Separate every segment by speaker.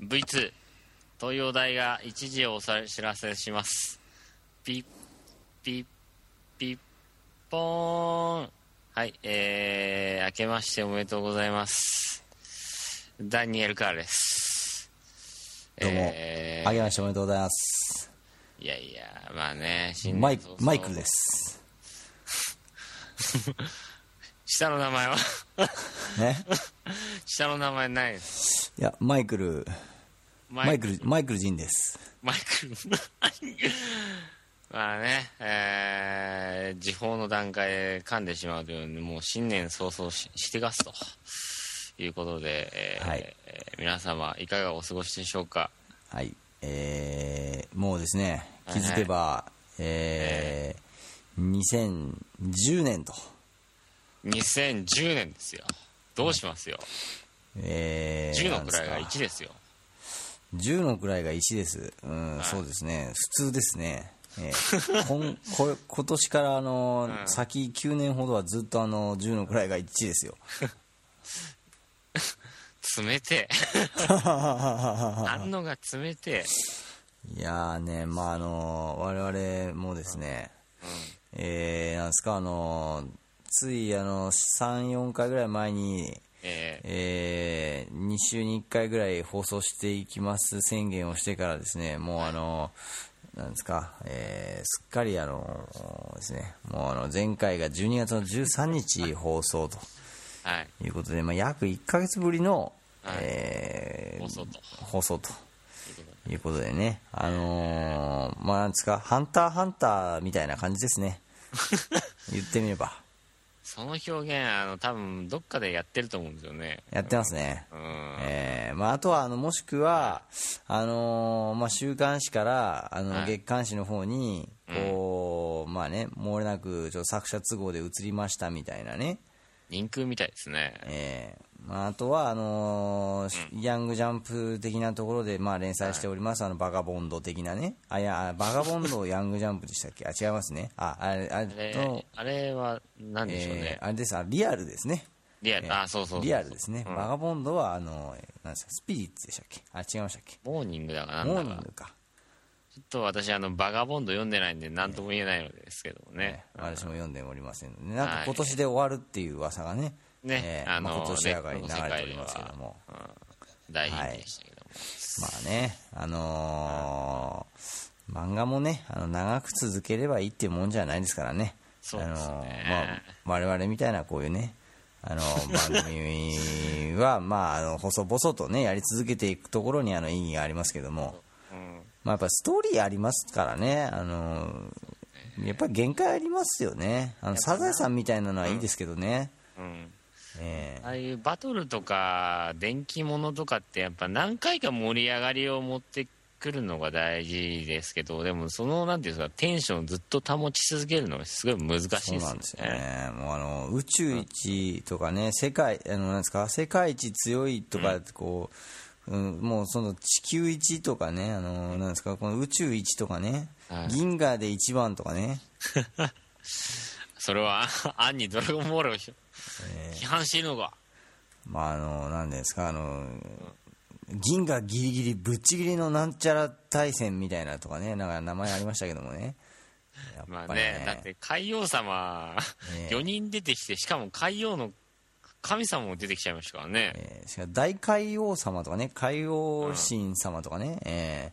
Speaker 1: V2 東洋大が一時をお知らせしますピッピッピッポーンはいえー、明けましておめでとうございますダニエル・カールです
Speaker 2: どうも、
Speaker 1: え
Speaker 2: あげましておめでとうございます。
Speaker 1: ー、いやいやまあね新年
Speaker 2: マイ
Speaker 1: 早々
Speaker 2: マイクルです。
Speaker 1: 下の名前は
Speaker 2: ね。
Speaker 1: 下の名前ないです
Speaker 2: いや、マイクル、
Speaker 1: マ
Speaker 2: マイクル、マイクルジンです。
Speaker 1: マイクル まあね、えー、時報の段階で噛んでしまうというもう新年早々ししてがすということで、えー
Speaker 2: はい
Speaker 1: えー皆様いかがお過ごしでしょうか
Speaker 2: はい。えー、もうですね、気づけば、えー、2010年と、
Speaker 1: 2010年ですよどうしますよ、
Speaker 2: えー、
Speaker 1: 10の位が
Speaker 2: なんです
Speaker 1: 1ですよ
Speaker 2: か10の位が1です。うん、そうですね。普通ですね。え ー、こんこ今年からあの、先9年ほどはずっとあの10の位が1です よ。
Speaker 1: 冷 てえあんのが冷てえ
Speaker 2: いやーね、まああの我々もですね、えー、なんですか、あのついあの3、4回ぐらい前に、
Speaker 1: えー
Speaker 2: えー、2週に1回ぐらい放送していきます宣言をしてからですね、もうあのなんですか、えー、すっかりあのですね、もうあの前回が12月の13日放送と
Speaker 1: はい
Speaker 2: いうことで、まあ、約1ヶ月ぶりの、
Speaker 1: はい
Speaker 2: えー
Speaker 1: 放送と
Speaker 2: 放送ということでね、あのー、まあなんですか、ハンターハンターみたいな感じで すね、言ってみれば、
Speaker 1: その表現あの多分どっかでやってると思うんですよね
Speaker 2: やってますね。
Speaker 1: うん
Speaker 2: えーまあ、あとはあのもしくは、あのーまあ、週刊誌からあ
Speaker 1: は
Speaker 2: の
Speaker 1: い
Speaker 2: 月刊誌の方にこう、まあね、漏れなくちょっと作者都合で移りましたみたいなね、
Speaker 1: 人空みたいですね
Speaker 2: えーまあ、あとはあのーヤングジャンプ的なところで、まあ、連載しております、あのバガボンド的なね、あいやあバガボンド、ヤングジャンプでしたっけ、あ違いますね、ああれあれ
Speaker 1: あれ
Speaker 2: と、
Speaker 1: あれは何でしょう
Speaker 2: え
Speaker 1: ね
Speaker 2: ー、あれですあリアルですね。
Speaker 1: リア
Speaker 2: え
Speaker 1: ル、
Speaker 2: ー
Speaker 1: あそうそうそう
Speaker 2: リアルですね、
Speaker 1: うん
Speaker 2: バガボンドはあのえーなんですかスピリッツでしたっけあ違いましたっけ
Speaker 1: モーニングだかなんだ
Speaker 2: モ
Speaker 1: か
Speaker 2: ーニングか、
Speaker 1: ちょっと私あのバガボンド読んでないんで何とも言えないのですけどもね
Speaker 2: ね、私も読んでおりませんので、なんか
Speaker 1: はい
Speaker 2: 今年で終わるっていう噂がね、
Speaker 1: ね
Speaker 2: えー
Speaker 1: あの
Speaker 2: まあ、今年やがりに
Speaker 1: ね
Speaker 2: 流れておりますけども、
Speaker 1: 大ヒントでしたけども、
Speaker 2: まあね、あのー漫画もね、あの長く続ければいいっていうもんじゃないですからね、
Speaker 1: そうですね
Speaker 2: あのーまあ、我々みたいなこういうね、あの ー番組は、まあ、あの細々とね、やり続けていくところにあの意義がありますけども。
Speaker 1: うん
Speaker 2: まあ、やっぱストーリーありますからね、あのやっぱり限界ありますよね、あのサザエさんみたいなのはいいですけどね、
Speaker 1: うん
Speaker 2: え
Speaker 1: ああいうバトルとか電気ものとかってやっぱ何回か盛り上がりを持ってくるのが大事ですけどでもそのなんていうんですかテンションをずっと保ち続けるのがすごい難しいで
Speaker 2: え
Speaker 1: す
Speaker 2: そう
Speaker 1: ね
Speaker 2: なんですよね、もうあの宇宙一とかね、世界あのなんですか世界一強いとかこう、うんもうその地球一とかね、あのなんですかこの宇宙一とかね
Speaker 1: はい、
Speaker 2: 銀河で一番とかね、
Speaker 1: それは アンにドラゴンボールを批批判しているのか
Speaker 2: まああのなんですかあの銀河ギリギリぶっちぎりのなんちゃら対戦みたいなとかねなんか名前ありましたけどもねや
Speaker 1: ま
Speaker 2: っ
Speaker 1: あ
Speaker 2: ぱ
Speaker 1: ね
Speaker 2: ね、
Speaker 1: だって海王様、
Speaker 2: ね
Speaker 1: 4人出てきて、しかも海王の神様も出てきちゃいましたからね。
Speaker 2: えーしかも大海王様とかね海王神様とかね、えー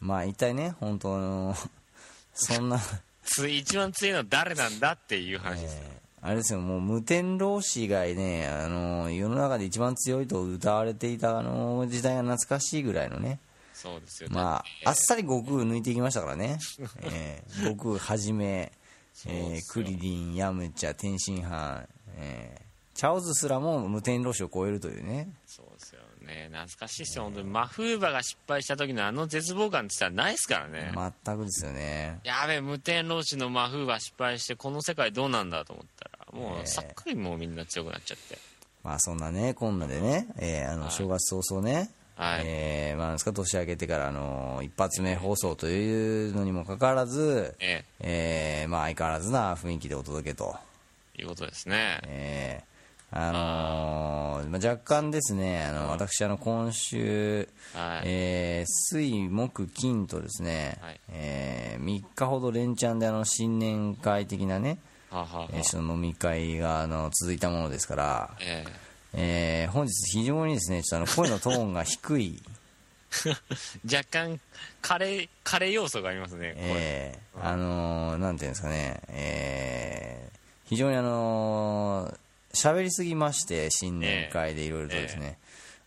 Speaker 2: まあ一体ね本当の そんな、
Speaker 1: つ一番強いのは誰なんだっていう話ですよ。
Speaker 2: あれですよもう無天老師以外ねあの世の中で一番強いと歌われていたあの時代が懐かしいぐらいのね
Speaker 1: そうですよね。
Speaker 2: まあ、あっさり悟空抜いていきましたからね、えー悟空はじめ、
Speaker 1: う
Speaker 2: え
Speaker 1: っ
Speaker 2: ー
Speaker 1: す
Speaker 2: ク
Speaker 1: よ
Speaker 2: リリン、ヤムチャ、天津飯、えーチャオズすらも無天老師を超えるというね、
Speaker 1: そうですよね。懐かしいですよ、本当に。マフーバが失敗した時のあの絶望感って言ったらないですからね。
Speaker 2: 全くですよね、
Speaker 1: やべえ、無天老師のマフーバ失敗して、この世界どうなんだと思ったら、も
Speaker 2: え
Speaker 1: う
Speaker 2: え
Speaker 1: さっくりもうみんな強くなっちゃって。
Speaker 2: まあそんなね、こんなでね、えーあの正月早々ね、
Speaker 1: はい
Speaker 2: えーまあ、なんですか年明けてからあの一発目放送というのにもかかわらず、
Speaker 1: え
Speaker 2: えーまあ、相変わらずな雰囲気でお届けと。
Speaker 1: え、いうことですね。
Speaker 2: えーあのーまあ、若干ですね、あの私、あの今週、
Speaker 1: はい
Speaker 2: えー水、木、金とですね、
Speaker 1: はい
Speaker 2: え3日ほど連チャンであの新年会的なね、
Speaker 1: はあはあはあ
Speaker 2: えーその飲み会があの続いたものですから、
Speaker 1: え
Speaker 2: えー本日、非常にですねちょっとあの声のトーンが低い、
Speaker 1: え若干カレーカレー要素がありますね、これ
Speaker 2: えーあのーなんていうんですかね、えー非常にあのー喋りすぎまして、新年会でいろいろとですね、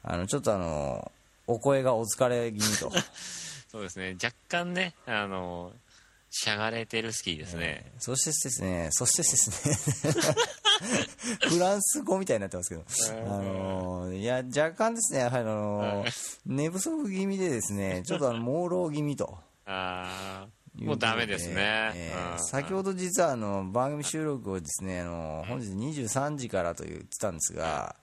Speaker 2: あのちょっとあのーお声がお疲れ気味と。
Speaker 1: そうですね若干ねあのしゃがれてるスキーですね、
Speaker 2: そしてですね、そしてですね、 フランス語みたいになってますけど、あのーいや、若干ですね、やはりあのー寝不足気味でですね、ちょっとあの、朦朧気味と。
Speaker 1: ああもうダメですね、
Speaker 2: えー
Speaker 1: うん
Speaker 2: 先ほど実はあの番組収録をですねあの本日23時からと言ってたんですが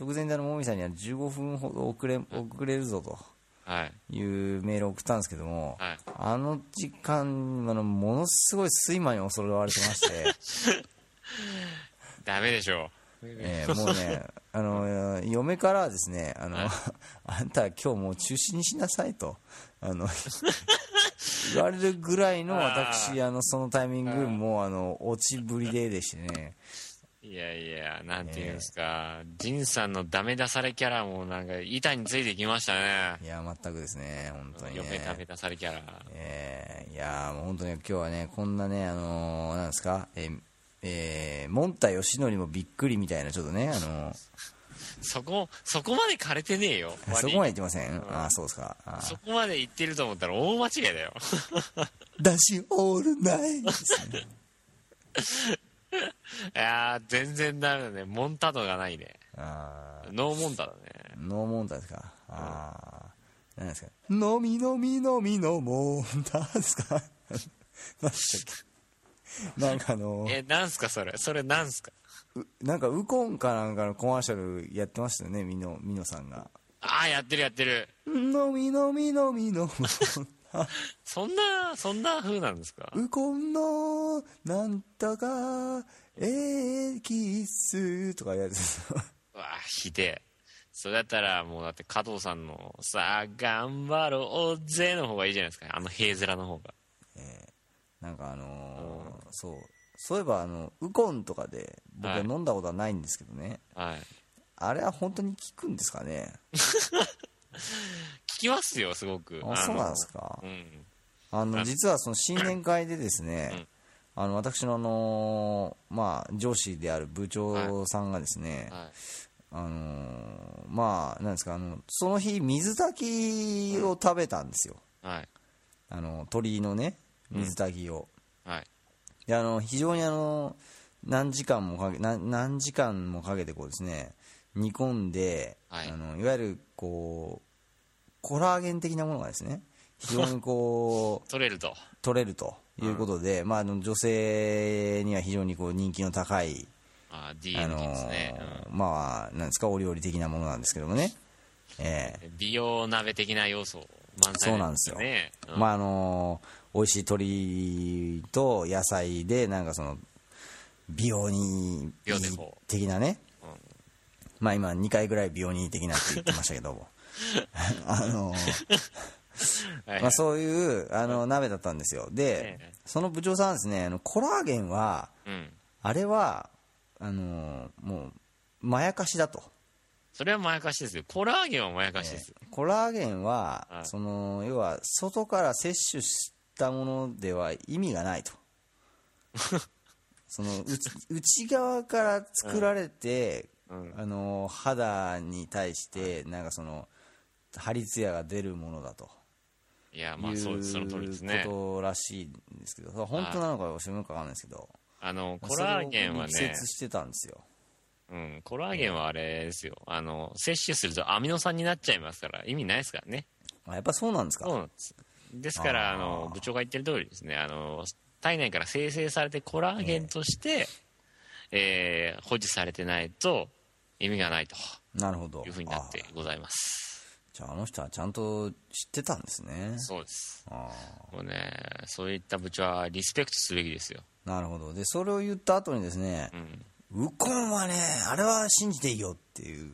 Speaker 2: 直前であのもみさんには15分ほど遅れ遅れるぞと
Speaker 1: はい
Speaker 2: いうメールを送ったんですけども、
Speaker 1: はい
Speaker 2: あの時間あのものすごい睡魔に恐れられてまして、
Speaker 1: ダメでしょ
Speaker 2: えーもうねあの嫁からはですねあの、あんたは今日もう中止にしなさいとあ の言われるぐらいの私あのそのタイミングもうあの落ちぶりででしてね
Speaker 1: ういやいやなんていうんですか、ジンさんのダメ出されキャラもなんか板についてきましたね
Speaker 2: いや全くですね本当に
Speaker 1: 嫁ダ
Speaker 2: ね
Speaker 1: メ出されキャラ
Speaker 2: えーいやもう本当に今日はねこんなねあのなんですかえーえー、モンタヨシノリもびっくりみたいなちょっとねあの
Speaker 1: そこそこまで枯れてねえよ
Speaker 2: そこまで言
Speaker 1: 割
Speaker 2: ってません、ああそうですかあ
Speaker 1: り
Speaker 2: ー
Speaker 1: そこまで言ってると思ったら大間違いだよ
Speaker 2: ダッシュオールナイトです ね
Speaker 1: いやー全然ダメだねモンタドがないね
Speaker 2: あー
Speaker 1: ノーモンタだね
Speaker 2: ノーモンタですか。ああ。何ですか。のみのみのみのモンタですか。 何でしたっけ。なんかあの、
Speaker 1: えなんすかそれそれなんすか
Speaker 2: うなんかウコンかなんかのコマーシャルやってましたよね、みの、みのさんが。
Speaker 1: ああやってるやってる
Speaker 2: のみのみのみのモン タ、
Speaker 1: そんなそんな風なんですか
Speaker 2: ウコンのなんとか、エキスとかや つ。
Speaker 1: うわあひでえそれだったらもうだって加藤さんの「さあ頑張ろうぜ」の方がいいじゃないですかあの平面の方が
Speaker 2: なんかあのーそう。そういえばあの、ウコンとかで僕は飲んだことはないんですけどね。
Speaker 1: はい
Speaker 2: あれは本当に効くんですかね
Speaker 1: 聞きますよすごく
Speaker 2: あそうなんですか
Speaker 1: あのうん
Speaker 2: あ
Speaker 1: あ
Speaker 2: の実はその新年会でですね、あの私の、あのーまあ、上司である部長さんがですね、
Speaker 1: はい
Speaker 2: あのーまあなんですかあのその日水炊きを食べたんですよ、
Speaker 1: はい
Speaker 2: あの鶏のね水炊きを、
Speaker 1: はい
Speaker 2: であの非常にあの何時間もかけ何何時間もかけてこうですね煮込んで、
Speaker 1: はい
Speaker 2: あのいわゆるこうコラーゲン的なものがですね非常にこう
Speaker 1: 取れると
Speaker 2: 取れるということで、まあ、あの女性には非常にこう人気の高い、
Speaker 1: ああ
Speaker 2: あ
Speaker 1: DM
Speaker 2: の
Speaker 1: ですね、
Speaker 2: まあ、なんですかお料理的なものなんですけどもね、え
Speaker 1: うん美容鍋的な要素満載
Speaker 2: そうなんですよ
Speaker 1: ね
Speaker 2: えまああの美味しい鶏と野菜でなんかその美容にい
Speaker 1: 美
Speaker 2: い
Speaker 1: 容でこ
Speaker 2: 的なね、
Speaker 1: うん
Speaker 2: まあ今2回ぐらい美容にいい的なって言ってました けどもあの
Speaker 1: はいはい
Speaker 2: まあ、そういうあの鍋だったんですよで
Speaker 1: ええ
Speaker 2: その部長さんはですねあのコラーゲンは
Speaker 1: うん
Speaker 2: あれはあのーもうまやかしだと
Speaker 1: それはまやかしですよコラーゲンはまやかしですよ、
Speaker 2: コラーゲンは、
Speaker 1: はい
Speaker 2: その要は外から摂取したものでは意味 がないとそのうち内側から作られて、
Speaker 1: うん
Speaker 2: あのー肌に対してなんかその張り艶が出るものだと。
Speaker 1: いやまあそうですその通りです
Speaker 2: い
Speaker 1: ね
Speaker 2: うことらしいんですけど、それは本当なのか知らないかわかんないですけど、
Speaker 1: あのコラーゲンは
Speaker 2: それを
Speaker 1: ね
Speaker 2: 力説してたんですよ。
Speaker 1: うん、コラーゲンはあれですよ、あの摂取するとアミノ酸になっちゃいますから、意味ないですからね、
Speaker 2: あやっぱそうなんですか。
Speaker 1: そうなんですですから
Speaker 2: あー
Speaker 1: あの、部長が言ってる通りですねあの、体内から生成されてコラーゲンとして、えー保持されてないと意味がないと
Speaker 2: なるほど。
Speaker 1: いうふうになってございます、
Speaker 2: じゃああの人はちゃんと知ってたんですね
Speaker 1: そうです
Speaker 2: あ
Speaker 1: もう、ね、そういった部長はリスペクトすべきですよ、
Speaker 2: あなるほどでそれを言った後にですね、
Speaker 1: うん
Speaker 2: ウコンはね、あれは信じていいよっ ていう、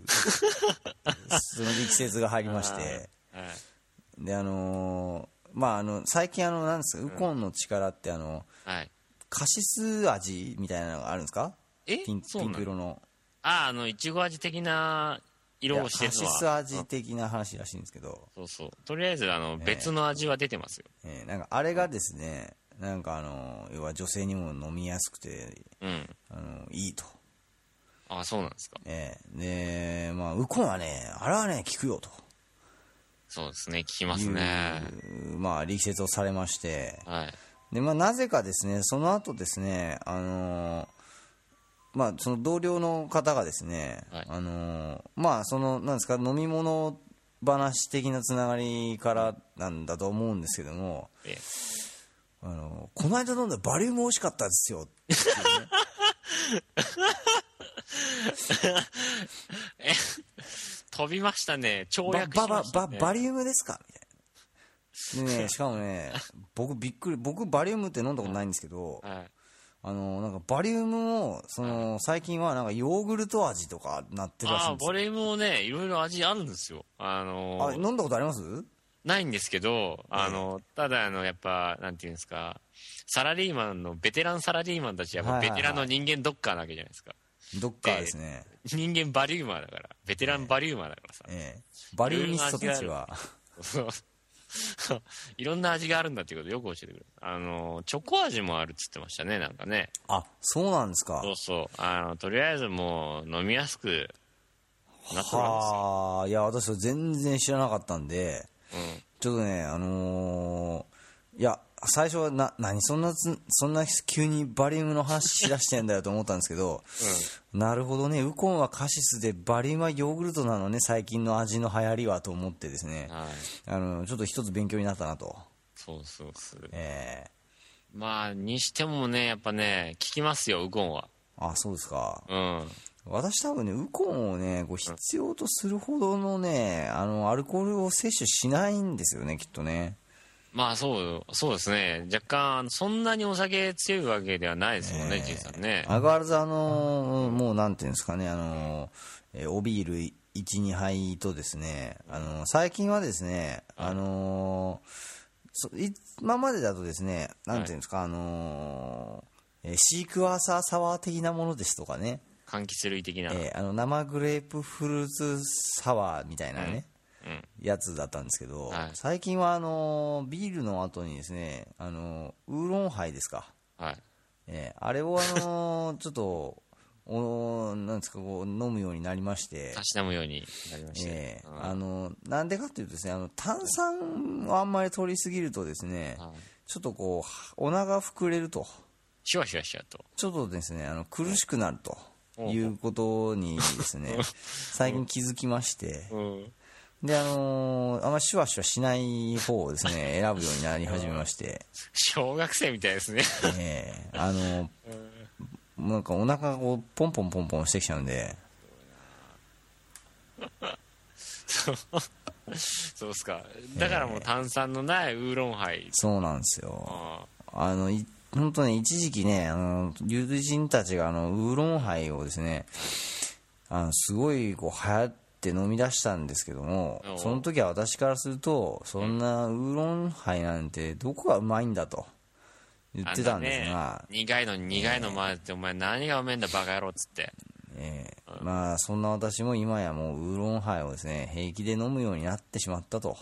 Speaker 2: その力説が入りまして、
Speaker 1: はい
Speaker 2: で、あのーまあ、あの、最近あの、なんですか、ウコンの力ってあの、
Speaker 1: はい
Speaker 2: カシス味みたいなのがあるんですか
Speaker 1: え
Speaker 2: ピン
Speaker 1: そう
Speaker 2: ピ
Speaker 1: な
Speaker 2: ン
Speaker 1: の
Speaker 2: ク色の。
Speaker 1: あああのいちご味的ない色
Speaker 2: や
Speaker 1: をして
Speaker 2: カ
Speaker 1: るの
Speaker 2: シ
Speaker 1: は
Speaker 2: ス
Speaker 1: う
Speaker 2: 味
Speaker 1: ん
Speaker 2: 的な話らしいんですけど、
Speaker 1: そうそうとりあえずあの、別の味は出てますよ
Speaker 2: えーなんかあれがですね、なんかあの、要は女性にも飲みやすくて、
Speaker 1: うん
Speaker 2: あの、いいと。
Speaker 1: ああそうなんですか
Speaker 2: ええで、まあ、ウコンはね、あれはね、効くよと。
Speaker 1: そうですね聞きま
Speaker 2: い
Speaker 1: す
Speaker 2: う
Speaker 1: ね
Speaker 2: まあ、力説をされまして、
Speaker 1: はい
Speaker 2: で、まあ、なぜかですね、その後ですね、あのーまあ、その同僚の方がですね、
Speaker 1: はい
Speaker 2: あのーまあ、その、なんですか、飲み物話的なつながりからなんだと思うんですけども、
Speaker 1: ええ
Speaker 2: あのーこの間飲んだバリウム美味しかったですよっていうね
Speaker 1: 飛びましたね跳
Speaker 2: ば
Speaker 1: 躍しま
Speaker 2: ば
Speaker 1: した
Speaker 2: ば
Speaker 1: ね
Speaker 2: バリウムですかみたいな。でね、しかもね、僕びっくり、僕バリウムって飲んだことないんですけど、
Speaker 1: はい
Speaker 2: あのなんかバリウムをその最近はなんかヨーグルト味とかなってるらしい
Speaker 1: あ
Speaker 2: ん
Speaker 1: あ
Speaker 2: です
Speaker 1: ボ
Speaker 2: よ
Speaker 1: リュームもねいろいろ味あるんですよあの
Speaker 2: あ飲んだことあります
Speaker 1: ないんですけどあのただあのやっぱなんていうんですかサラリーマンのベテランサラリーマンたちはやっ
Speaker 2: は
Speaker 1: ぱ
Speaker 2: い
Speaker 1: ベ
Speaker 2: はいはい
Speaker 1: テランの人間ドッカーなわけじゃないですか、
Speaker 2: どっかですね、
Speaker 1: 人間バリューマーだからベテランバリューマーだからさ、
Speaker 2: ええバリウミストたちは
Speaker 1: そう いろんな味があるんだっていうことよく教えてくれるあのチョコ味もあるっつってましたねなんかね
Speaker 2: あそうなんですか
Speaker 1: そうそうあのとりあえずもう飲みやすくなってるわ
Speaker 2: はあいや私は全然知らなかったんで
Speaker 1: けですよ、うん
Speaker 2: ちょっとねあのーいや最初はな何そんなつそんな急にバリウムの話しだしてんだよと思ったんです けど、なるほどねウコンはカシスでバリウムはヨーグルトなのね最近の味の流行りはと思ってですね、
Speaker 1: はい、
Speaker 2: あのちょっと一つ勉強になったなと、
Speaker 1: そうそうそう
Speaker 2: え
Speaker 1: まあにしてもねやっぱね効きますよウコンは
Speaker 2: ーあそうですか
Speaker 1: うん
Speaker 2: 私多分ねウコンをねこう必要とするほどのねあのアルコールを摂取しないんですよねきっとね
Speaker 1: まあそうそうですね若干あのそんなにお酒強いわけではないですもんねじいさんね
Speaker 2: 相変わらずあのもうなんていうんですかねあのえーおビール12杯とですねあの最近はですねあのそい今までだとですねなんていうんですかあのえーシークワーサーサワー的なものですとかね
Speaker 1: 柑橘類的な、
Speaker 2: えーあの生グレープフルーツサワーみたいなね、
Speaker 1: うんうん
Speaker 2: やつだったんですけど、
Speaker 1: はい
Speaker 2: 最近はあのービールの後にですね、あのーウーロンハイですか、
Speaker 1: はい
Speaker 2: えーあれを、あ のーちょっとおなんですかこう飲むようになりまして
Speaker 1: た、しなむようになりましたね、
Speaker 2: えーあのーなんでかっていうとですねあの炭酸をあんまり取りすぎるとですね、
Speaker 1: はい
Speaker 2: ちょっとこうお腹膨れると。
Speaker 1: シュワシュワしちゃうと
Speaker 2: ちょっとですね、あの苦しくなるということにですね、最近気づきまして、
Speaker 1: うん
Speaker 2: で、あのーあんまシュワシュワしない方をですね、選ぶようになり始めまして、
Speaker 1: 小学生みたいですね
Speaker 2: ええあのーなんかお腹がこうポンポンポンポンしてきちゃうんで、
Speaker 1: そうっすかだからもう炭酸のないウーロンハイ
Speaker 2: そうなんですよ。
Speaker 1: あ
Speaker 2: あの、い本当ね、一時期ね、あの、友人たちがあの、ウーロンハイをですね、あの、すごいこう流行って飲み出したんですけども
Speaker 1: お、う
Speaker 2: その時は私からすると、そんなウーロンハイなんてどこがうまいんだと言
Speaker 1: ー
Speaker 2: ってたんです
Speaker 1: あ
Speaker 2: が
Speaker 1: の、ね苦いのに苦いのもあるって、お前何がうめえんだバカ野郎っつって
Speaker 2: ええまあそんな私も今やもうウーロンハイをですね、平気で飲むようになってしまったと。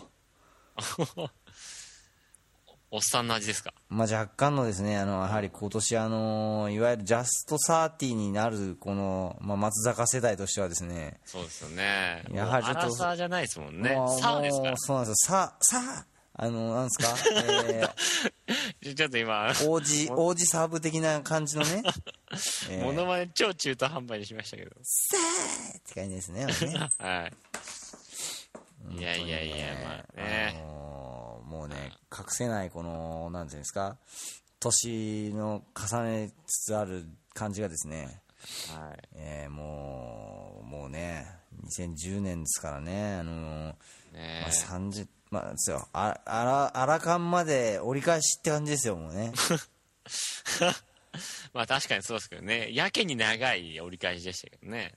Speaker 1: おっさんの味ですか
Speaker 2: まあ、若干のですね、あの、やはり今年、あの、いわゆるジャストサーティになる、この、まあ、松坂世代としてはですね、
Speaker 1: そうですよね
Speaker 2: やはりちょっ
Speaker 1: も
Speaker 2: と
Speaker 1: うアラサーじゃないですもんね
Speaker 2: もう
Speaker 1: サーですか
Speaker 2: も
Speaker 1: ら
Speaker 2: うそうなんですよ。さ、さ、あの、なんですか、え
Speaker 1: ちょちょっと今
Speaker 2: ー、王子、王子サーブ的な感じのね、えー
Speaker 1: モノマネ超中途半端にしましたけど
Speaker 2: さーって感じですね。あ のね
Speaker 1: はいいやいやいやまあ
Speaker 2: あ
Speaker 1: ね
Speaker 2: のーもうね、隠せないこの、なんていうんですか、年の重ねつつある感じがですね、
Speaker 1: はい
Speaker 2: えーもう、もうね、2010年ですからね、あのー
Speaker 1: ね
Speaker 2: まあ、30、まあ、ですよ、ああら、あらかんまで折り返しって感じですよ、もうね。
Speaker 1: まあ確かにそうですけどね。やけに長い折り返しでしたけどね。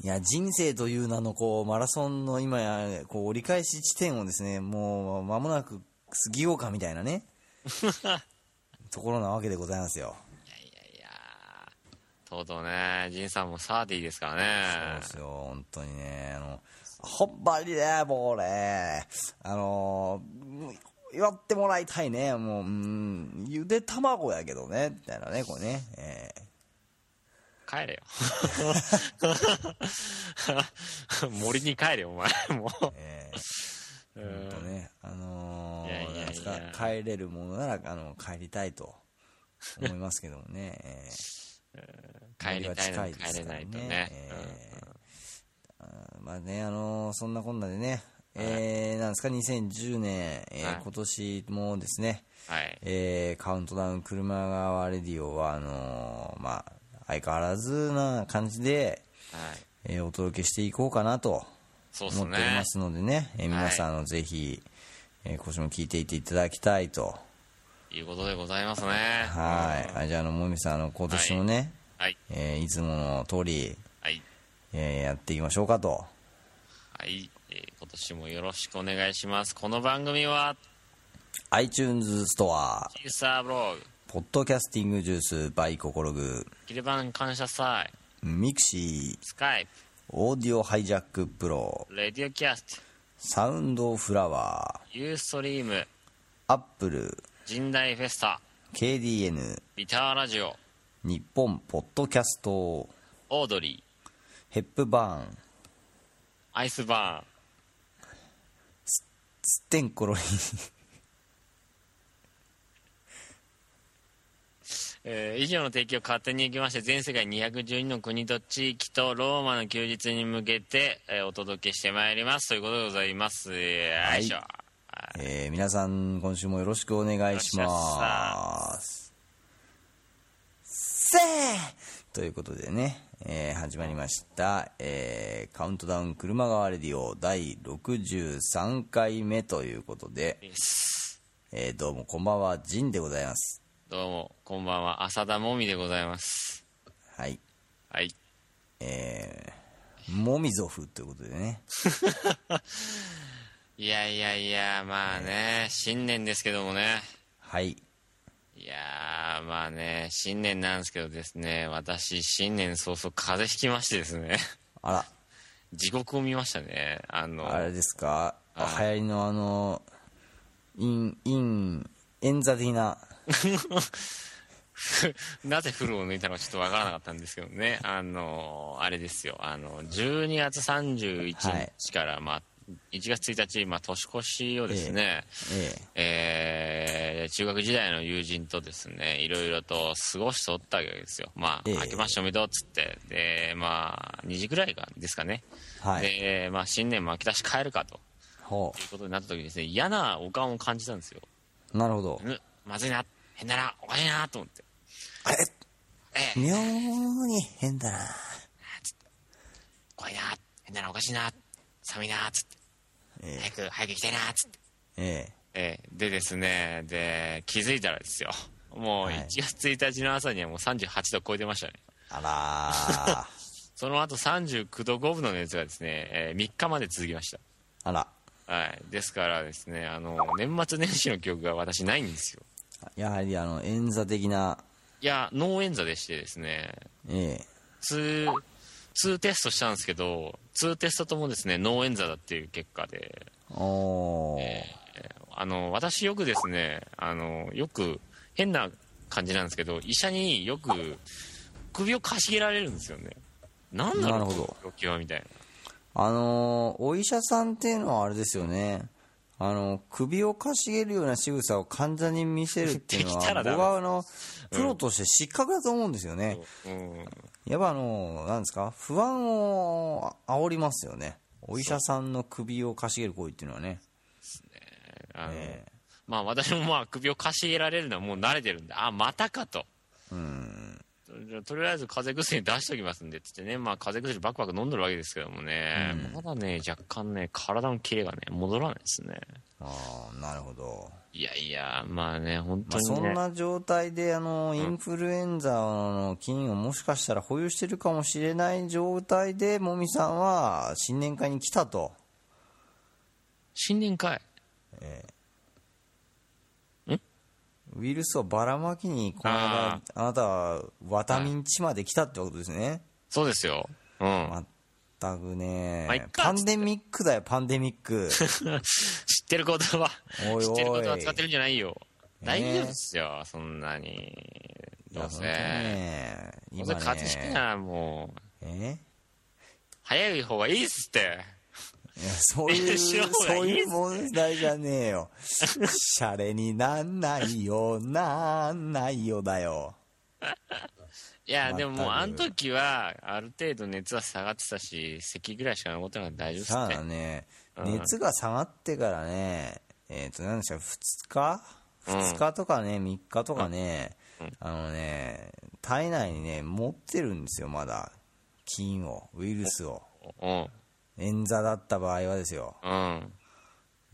Speaker 2: いや、人生という名の、こう、マラソンの今や、こう、折り返し地点をですね、もう、間もなく過ぎようかみたい なね、ところなわけでございますよ。
Speaker 1: いやいや、とうとうね、ジンさんもサーディーですから
Speaker 2: そう
Speaker 1: ね
Speaker 2: で。すよ、本当にね。あの、ほんまにね、もうね、あの、祝ってもらいたいね、もう、うん、ゆで卵やけどね、みたいなね、これね。えー
Speaker 1: 帰れよ。森に帰れよ、お前。もう。
Speaker 2: えーほんとね、あの
Speaker 1: いやいやい
Speaker 2: ー、
Speaker 1: や
Speaker 2: なんですか、帰れるものなら、あの、帰りたいと思いますけどもね、えー
Speaker 1: 帰りたいのに帰れ
Speaker 2: 距離は近ですから
Speaker 1: ないとね。
Speaker 2: えーあーまあね、あのーそんなこんなでね、えーなんですか、2010年、えー
Speaker 1: はい
Speaker 2: 今年もですね、
Speaker 1: うんはい。
Speaker 2: えーカウントダウン車側レディオは、あのーまあ、相変わらずな感じで、
Speaker 1: はい。
Speaker 2: えーお届けしていこうかなと
Speaker 1: そうっす
Speaker 2: 思っており
Speaker 1: ね
Speaker 2: ま。すのでね、えー皆さん、あのぜひ、えー今年も聞いていていただきたいと。
Speaker 1: いうことでございますね。
Speaker 2: はい。あじゃあ、あの、もみさん、あの、今年もね、
Speaker 1: はい。
Speaker 2: い、えーいつもの通り、
Speaker 1: はい。
Speaker 2: えーやっていきましょうかと。
Speaker 1: はい。えー今年もよろしくお願いします。この番組は、
Speaker 2: iTunes ストア、
Speaker 1: イーサーブログ、
Speaker 2: ポッドキャスティングジュース、バイココログ、
Speaker 1: キルバン感謝祭、
Speaker 2: ミクシー、
Speaker 1: スカイ
Speaker 2: オーディオハイジャックプロ、
Speaker 1: プ、レディオキャス
Speaker 2: サウンドフラワー、
Speaker 1: ト、ユーストリーム、
Speaker 2: アップル、
Speaker 1: 神代フェスタ、
Speaker 2: KDN、
Speaker 1: ビターラジオ、
Speaker 2: 日本ポッドキャスト、
Speaker 1: オードリー、
Speaker 2: ヘップバーン、
Speaker 1: アイスバ
Speaker 2: ステンコロリン、
Speaker 1: ーン、えー以上の提供を勝手に行きまして、全世界212の国と地域とローマの休日に向けて、えーお届けしてまいります。ということでございます。えー
Speaker 2: はい
Speaker 1: よいしょ。
Speaker 2: えー皆さん、今週もよろしくお願いします。せーということでね、えー始まりました、えーカウントダウン車側レディオ第63回目ということで、えーどうもこんばんは、ジンでございます。
Speaker 1: どうも、こんばんは。浅田もみでございます。
Speaker 2: はい。
Speaker 1: はい。
Speaker 2: えー、モミゾフということでね、
Speaker 1: いやいやいや、まあね、新年ですけどもね。
Speaker 2: はい。
Speaker 1: いやー、まあね、新年なんですけどですね、私、新年早々風邪ひきましてですね、
Speaker 2: あら、
Speaker 1: 地獄を見ましたね。あの、
Speaker 2: あれですか、あ流行りのあの、イン、イン、エンザ的な、
Speaker 1: なぜフルを抜いたのかちょっとわからなかったんですけどね、あの、あれですよ、あの、12月31日から、まあ、1月1日、まあ、年越しをですね、
Speaker 2: ええ
Speaker 1: えー中学時代の友人とですねいろいろと過ごしておったわけですよまあ、
Speaker 2: ええ
Speaker 1: 明けましておめでとうっつってでまあ2時ぐらいがですかね、
Speaker 2: はい。
Speaker 1: で、まあ、新年も明けたし帰るかと
Speaker 2: ほ
Speaker 1: いうことになった時にですね嫌なお感を感じたんですよ
Speaker 2: う。なるほど。
Speaker 1: うんまずいな変だなおかしいなと思って
Speaker 2: あれ
Speaker 1: ええ
Speaker 2: 妙に変だな。
Speaker 1: 怖いな変だなおかしいな寒いなつって
Speaker 2: え
Speaker 1: 早く早く行きたいなつって
Speaker 2: え、
Speaker 1: え
Speaker 2: え
Speaker 1: えでですねで気づいたらですよもう
Speaker 2: はい
Speaker 1: 1月1日の朝にはもう38度超えてましたね
Speaker 2: え。あ
Speaker 1: その後39度5分の熱がですね、え3日まで続きまし
Speaker 2: らー。あら。
Speaker 1: た。はい。ですからですね、あの、年末年始の記憶が私ないんですよ。
Speaker 2: やはりあの、演座的な、
Speaker 1: いや、脳炎座でしてですね、
Speaker 2: ええ。
Speaker 1: 2、2テストしたんですけど、2テストともですね、脳炎座だっていう結果で、
Speaker 2: おー。
Speaker 1: あの、私よくですね、あの、よく変な感じなんですけど、医者によく首をかしげられるんですよね。なんだろう、
Speaker 2: なるほど
Speaker 1: この病気はみたいな。
Speaker 2: あのーお医者さんっていうのはあれですよね。あの、首をかしげるような仕草を患者に見せるっていうの
Speaker 1: できた
Speaker 2: は、
Speaker 1: らダメ
Speaker 2: 僕はあの、プロとして失格だと思うんですよね。
Speaker 1: うん
Speaker 2: やっぱあのーなんですか、不安を煽りますよね。お医者さんの首をかしげる行為っていうのはね。
Speaker 1: あの
Speaker 2: え
Speaker 1: まあ私もまあ首をかしげられるのはもう慣れてるんで、あ、またかと。ど、とりあえず風邪薬出しておきますんで、つってね、まあ風邪薬バクバク飲んでるわけですけどもね、
Speaker 2: うん
Speaker 1: まだね、若干ね、体のキレがね、戻らないですね。
Speaker 2: ああなるほど、
Speaker 1: いやいや、まあね、本
Speaker 2: ま
Speaker 1: 当
Speaker 2: あ、そ
Speaker 1: に
Speaker 2: ん
Speaker 1: ね。
Speaker 2: な状態であのインフルエンザの菌をもしかしたら保有してるかもしれない状態でもみさんは新年会に来たと
Speaker 1: 新年会
Speaker 2: ウイルスをばらまきにこの間
Speaker 1: あ
Speaker 2: あなたはワタミン地まで来たってことですね
Speaker 1: そうですよ。うん。
Speaker 2: まったく
Speaker 1: まあいっ
Speaker 2: ね
Speaker 1: か
Speaker 2: パンデミックだよパンデミッ ク
Speaker 1: 知ってる言葉、
Speaker 2: おいおい
Speaker 1: 知ってる言葉使ってるんじゃないよ。
Speaker 2: ね
Speaker 1: 大丈夫ですよ、そんなに。
Speaker 2: いや
Speaker 1: どう
Speaker 2: 本当
Speaker 1: せ。
Speaker 2: にね
Speaker 1: どう
Speaker 2: 今
Speaker 1: せ
Speaker 2: ね
Speaker 1: 勝ちしかならもう、
Speaker 2: え
Speaker 1: 早い方がいいっすって。
Speaker 2: いやそうい う、
Speaker 1: しようが
Speaker 2: そう
Speaker 1: いい
Speaker 2: い
Speaker 1: っ
Speaker 2: う
Speaker 1: す
Speaker 2: 問題じゃねえよ。シャレになんないよ、なんないよだよ。
Speaker 1: いや、
Speaker 2: 全く
Speaker 1: でももう、あの時は、ある程度熱は下がってたし、咳ぐらいしか残ってなかったから大丈夫っす
Speaker 2: さあ
Speaker 1: って。
Speaker 2: ね、
Speaker 1: うん
Speaker 2: 熱が下がってからね、えっ、と、なんでしょう、2日
Speaker 1: うん
Speaker 2: ?2 日とかね、3日とかね、あのね、体内にね、持ってるんですよ、まだ。菌を、ウイルスを。
Speaker 1: うん。
Speaker 2: 炎座だった場合はですよ。
Speaker 1: うん。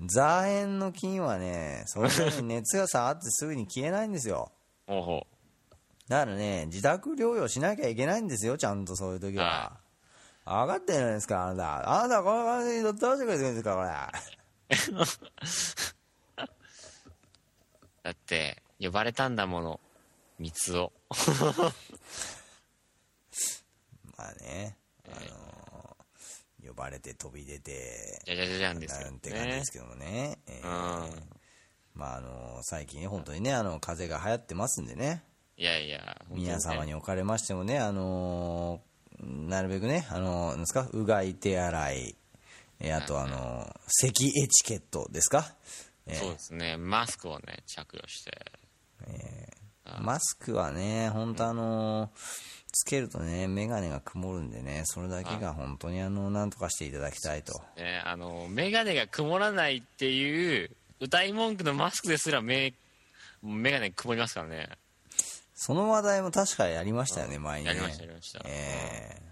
Speaker 2: 座炎の菌はね、それなりに熱が下がってすぐに消えないんですよ。
Speaker 1: ほうほ
Speaker 2: だからね、自宅療養しなきゃいけないんですよ、ちゃんとそういう時は。分かってるじゃないですか、あなた。あなた、この感じにどどうしてくれ てるんですか、
Speaker 1: う。
Speaker 2: これ。
Speaker 1: だって、呼ばれたんだもの。三つを。
Speaker 2: まあね、あのー呼ばれて飛び出て、
Speaker 1: じゃじゃじゃじゃんです
Speaker 2: な
Speaker 1: よ
Speaker 2: んて感じ
Speaker 1: ね
Speaker 2: です。けどもね。え
Speaker 1: う
Speaker 2: ー
Speaker 1: ん。
Speaker 2: まあ、あのー最近ね、本当にね、あの、風邪が流行ってますんでね、
Speaker 1: いやいや、本当にね
Speaker 2: 皆様におかれましてもね、あのーなるべくね、あのーなんですか、うがい手洗い、えーあと、あのー咳エチケットですか。えー
Speaker 1: そうですね、マスクをね、着用して。
Speaker 2: マスクはね、本当あのつけるとね、眼鏡が曇るんでね、それだけが本当にあの、なんとかしていただきたいと。
Speaker 1: ね、あの、メガネが曇らないっていう、歌い文句のマスクですらメ、メガネ曇りますからね。
Speaker 2: その話題も確かやりましたよね、前にね。
Speaker 1: やりました、やりました。
Speaker 2: ええ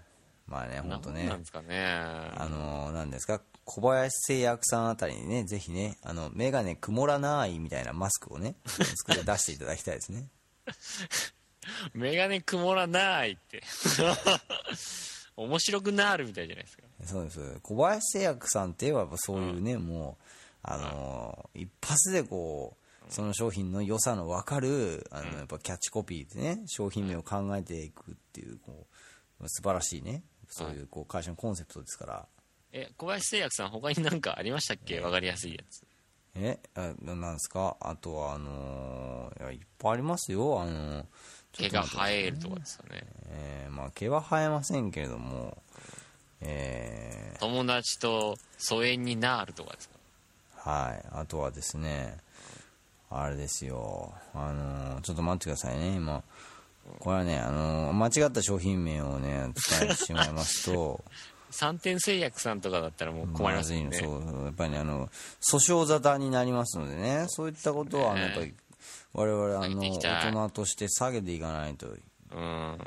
Speaker 2: まあね、
Speaker 1: な
Speaker 2: 本
Speaker 1: ん
Speaker 2: 当
Speaker 1: なん
Speaker 2: ね
Speaker 1: で、すかね。
Speaker 2: あの、なんですか、小林製薬さんあたりにね、ぜひね、あの、眼鏡曇らないみたいなマスクをね、作って出していただきたいですね。
Speaker 1: メガネ曇らないって。 面白くなるみたいじゃないですか。
Speaker 2: そうです小林製薬さんって言えばやっぱそういうね、もう、あのー一発でこうその商品の良さの分かるあのやっぱキャッチコピーでね商品名を考えていくっていうこう素晴らしいねそういうこう会社のコンセプトですから
Speaker 1: え、小林製薬さん、他に何かありましたっけわかりやすいやつ。
Speaker 2: えあななんですかあとはあのーいやいっぱいありますよあのーちょ
Speaker 1: 毛
Speaker 2: っと
Speaker 1: が
Speaker 2: 待って
Speaker 1: 生えるとかですよね。
Speaker 2: えーまあ毛は生えませんけれどもえー
Speaker 1: 友達と疎遠になるとかですか。
Speaker 2: はい、あとはですね、あれですよ、あのーちょっと待ってくださいね、今、これはね、あのー間違った商品名をね、伝えてしまいますと、
Speaker 1: 三点製薬さんとかだったらもう 困りますよ
Speaker 2: ま
Speaker 1: ね。
Speaker 2: ずいのそう、やっぱりね、あの、訴訟沙汰になりますのでね、そういったことは、あのやっぱり、我々、
Speaker 1: 下
Speaker 2: あ
Speaker 1: げ
Speaker 2: の、
Speaker 1: ていきたい
Speaker 2: 大人として下げていかないと、
Speaker 1: うん。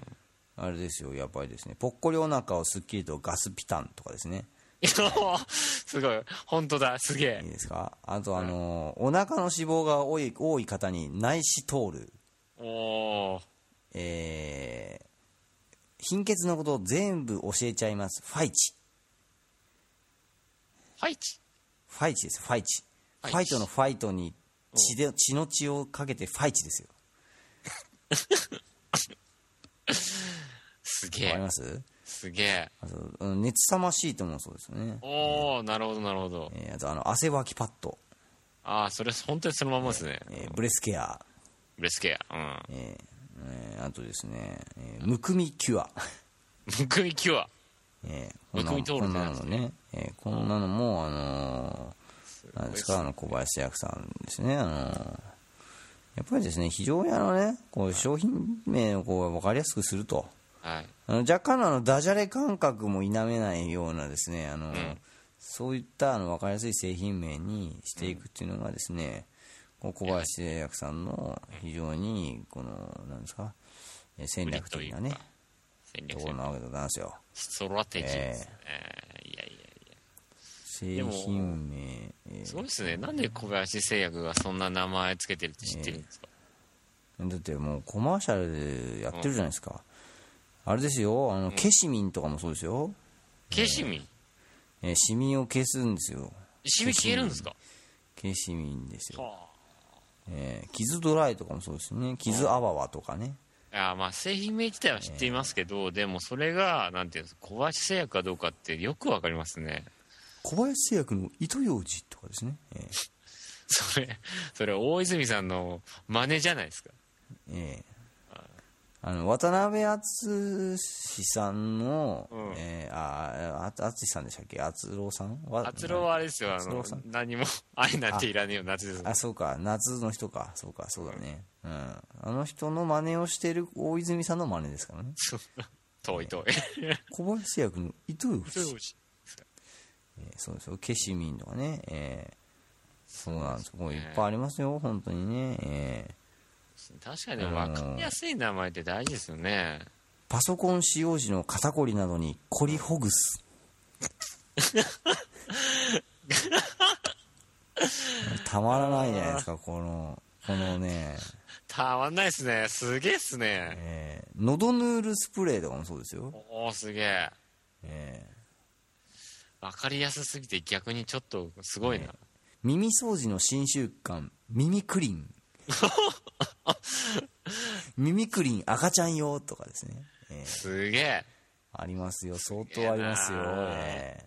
Speaker 2: あれですよ、やっぱりですね、ぽっこりお腹をすっきりとガスピタンとかですね、
Speaker 1: いやすごい。本当だ。すげえ
Speaker 2: いい。ですかあと、あのーお腹の脂肪が多い多い方に内視通る。
Speaker 1: おー。
Speaker 2: えー貧血のことを全部教えちゃいます。ファイチ。
Speaker 1: ハイチ。
Speaker 2: ファイチです、ファイチ。
Speaker 1: フ
Speaker 2: フ
Speaker 1: ァイチ
Speaker 2: ァイトのファイトに血で、血の血をかけてファイチですよ。
Speaker 1: すげ
Speaker 2: わかり
Speaker 1: え。
Speaker 2: ます
Speaker 1: すげえ。
Speaker 2: あと、うん熱さましいともそうですよね。
Speaker 1: おー、なるほど、なるほど。
Speaker 2: えーあと、あの、汗わきパッド、
Speaker 1: あー、それ、本当にそのまんまですね。
Speaker 2: えーブレスケア、
Speaker 1: ブレスケア。うん。
Speaker 2: えーえーあとですね、えーむくみキュア。
Speaker 1: むくみキュア。
Speaker 2: えーこんな
Speaker 1: むくみ通る
Speaker 2: こん
Speaker 1: って
Speaker 2: な
Speaker 1: や
Speaker 2: の
Speaker 1: つ
Speaker 2: もね、えーこんなのも、あのーなんですか、あの、小林製薬さんですね、あのーやっぱりですね、非常にあのね、こう、商品名をこう、わかりやすくすると。
Speaker 1: はい。
Speaker 2: あの、若干のあの、ダジャレ感覚も否めないようなですね、あのーそういったあの、わかりやすい製品名にしていくっていうのがですね、こう小林製薬さんの非常に、この、なんですか、えー戦略的なね
Speaker 1: 売りというか戦略
Speaker 2: ところ
Speaker 1: 性
Speaker 2: なわけでございますよ
Speaker 1: ストラテジーですね、いやいやい
Speaker 2: 製
Speaker 1: も
Speaker 2: 品名、え
Speaker 1: や
Speaker 2: ー
Speaker 1: すごいですねなんで小林製薬がそんな名前つけてるって知ってるんですか、
Speaker 2: だってもうコマーシャルやってるじゃないですか、あれですよあのケシミンとかもそうですよ、
Speaker 1: ケシミン
Speaker 2: えーシミを消すんですよ
Speaker 1: シミ消えるんですか
Speaker 2: ケシミンですよ、
Speaker 1: は
Speaker 2: えー傷ドライとかもそうですよね傷アバワとかね
Speaker 1: あいやまあ製品名自体は知っていますけど、でもそれがなんていうんですか小林製薬かどうかってよくわかりますね
Speaker 2: 小林製薬の糸ようじとかですね、えー
Speaker 1: それそれ大泉さんの真似じゃないですか
Speaker 2: ええあの渡辺篤さんの、
Speaker 1: うん
Speaker 2: ええああ篤さんでしたっけ篤郎さん
Speaker 1: 達郎はあれですよあ
Speaker 2: 篤郎
Speaker 1: の
Speaker 2: さん
Speaker 1: 何も 愛なんていらねえよ夏ですもん
Speaker 2: あそうか夏の人かそうかそうだね、うんあの人の真似をしてる大泉さんの真似ですからね
Speaker 1: 遠い遠い
Speaker 2: 小林製薬の糸魚
Speaker 1: それ美
Speaker 2: 淵、
Speaker 1: 味しい
Speaker 2: ええそうですよケシミンとかね、ええそうなんですもういっぱいありますよ本当にね、ええ
Speaker 1: 確かにでも分かりやすい名前って大事ですよね、
Speaker 2: パソコン使用時の肩こりなどにコリほぐす たまらないじゃないですかこのこのね、
Speaker 1: たまんないっすねすげえっすね
Speaker 2: えー、のどヌールスプレーとかもそうですよ、
Speaker 1: おおすげえ
Speaker 2: え
Speaker 1: 分かりやすすぎて逆にちょっとすごいな、
Speaker 2: ー耳掃除の新習慣耳クリン耳クリン赤ちゃん用とかですね、えー
Speaker 1: すげえ
Speaker 2: ありますよ相当あります
Speaker 1: すげ
Speaker 2: よ
Speaker 1: えなあ
Speaker 2: え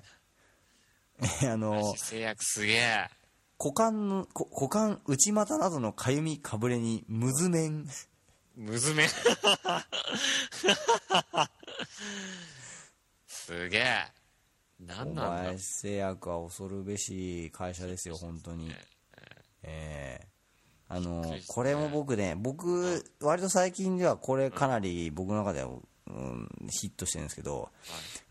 Speaker 2: ーあの
Speaker 1: 制約すげえ
Speaker 2: 股間のこ股間内股などのかゆみかぶれにむずめん
Speaker 1: むずめ すげえ
Speaker 2: お
Speaker 1: 何なんだ
Speaker 2: 前製薬は恐るべし会社ですよ本当にええあ
Speaker 1: びっく
Speaker 2: の
Speaker 1: りした
Speaker 2: これも僕ね僕割と最近ではこれかなり僕の中では、うん、ヒットしてるんですけど、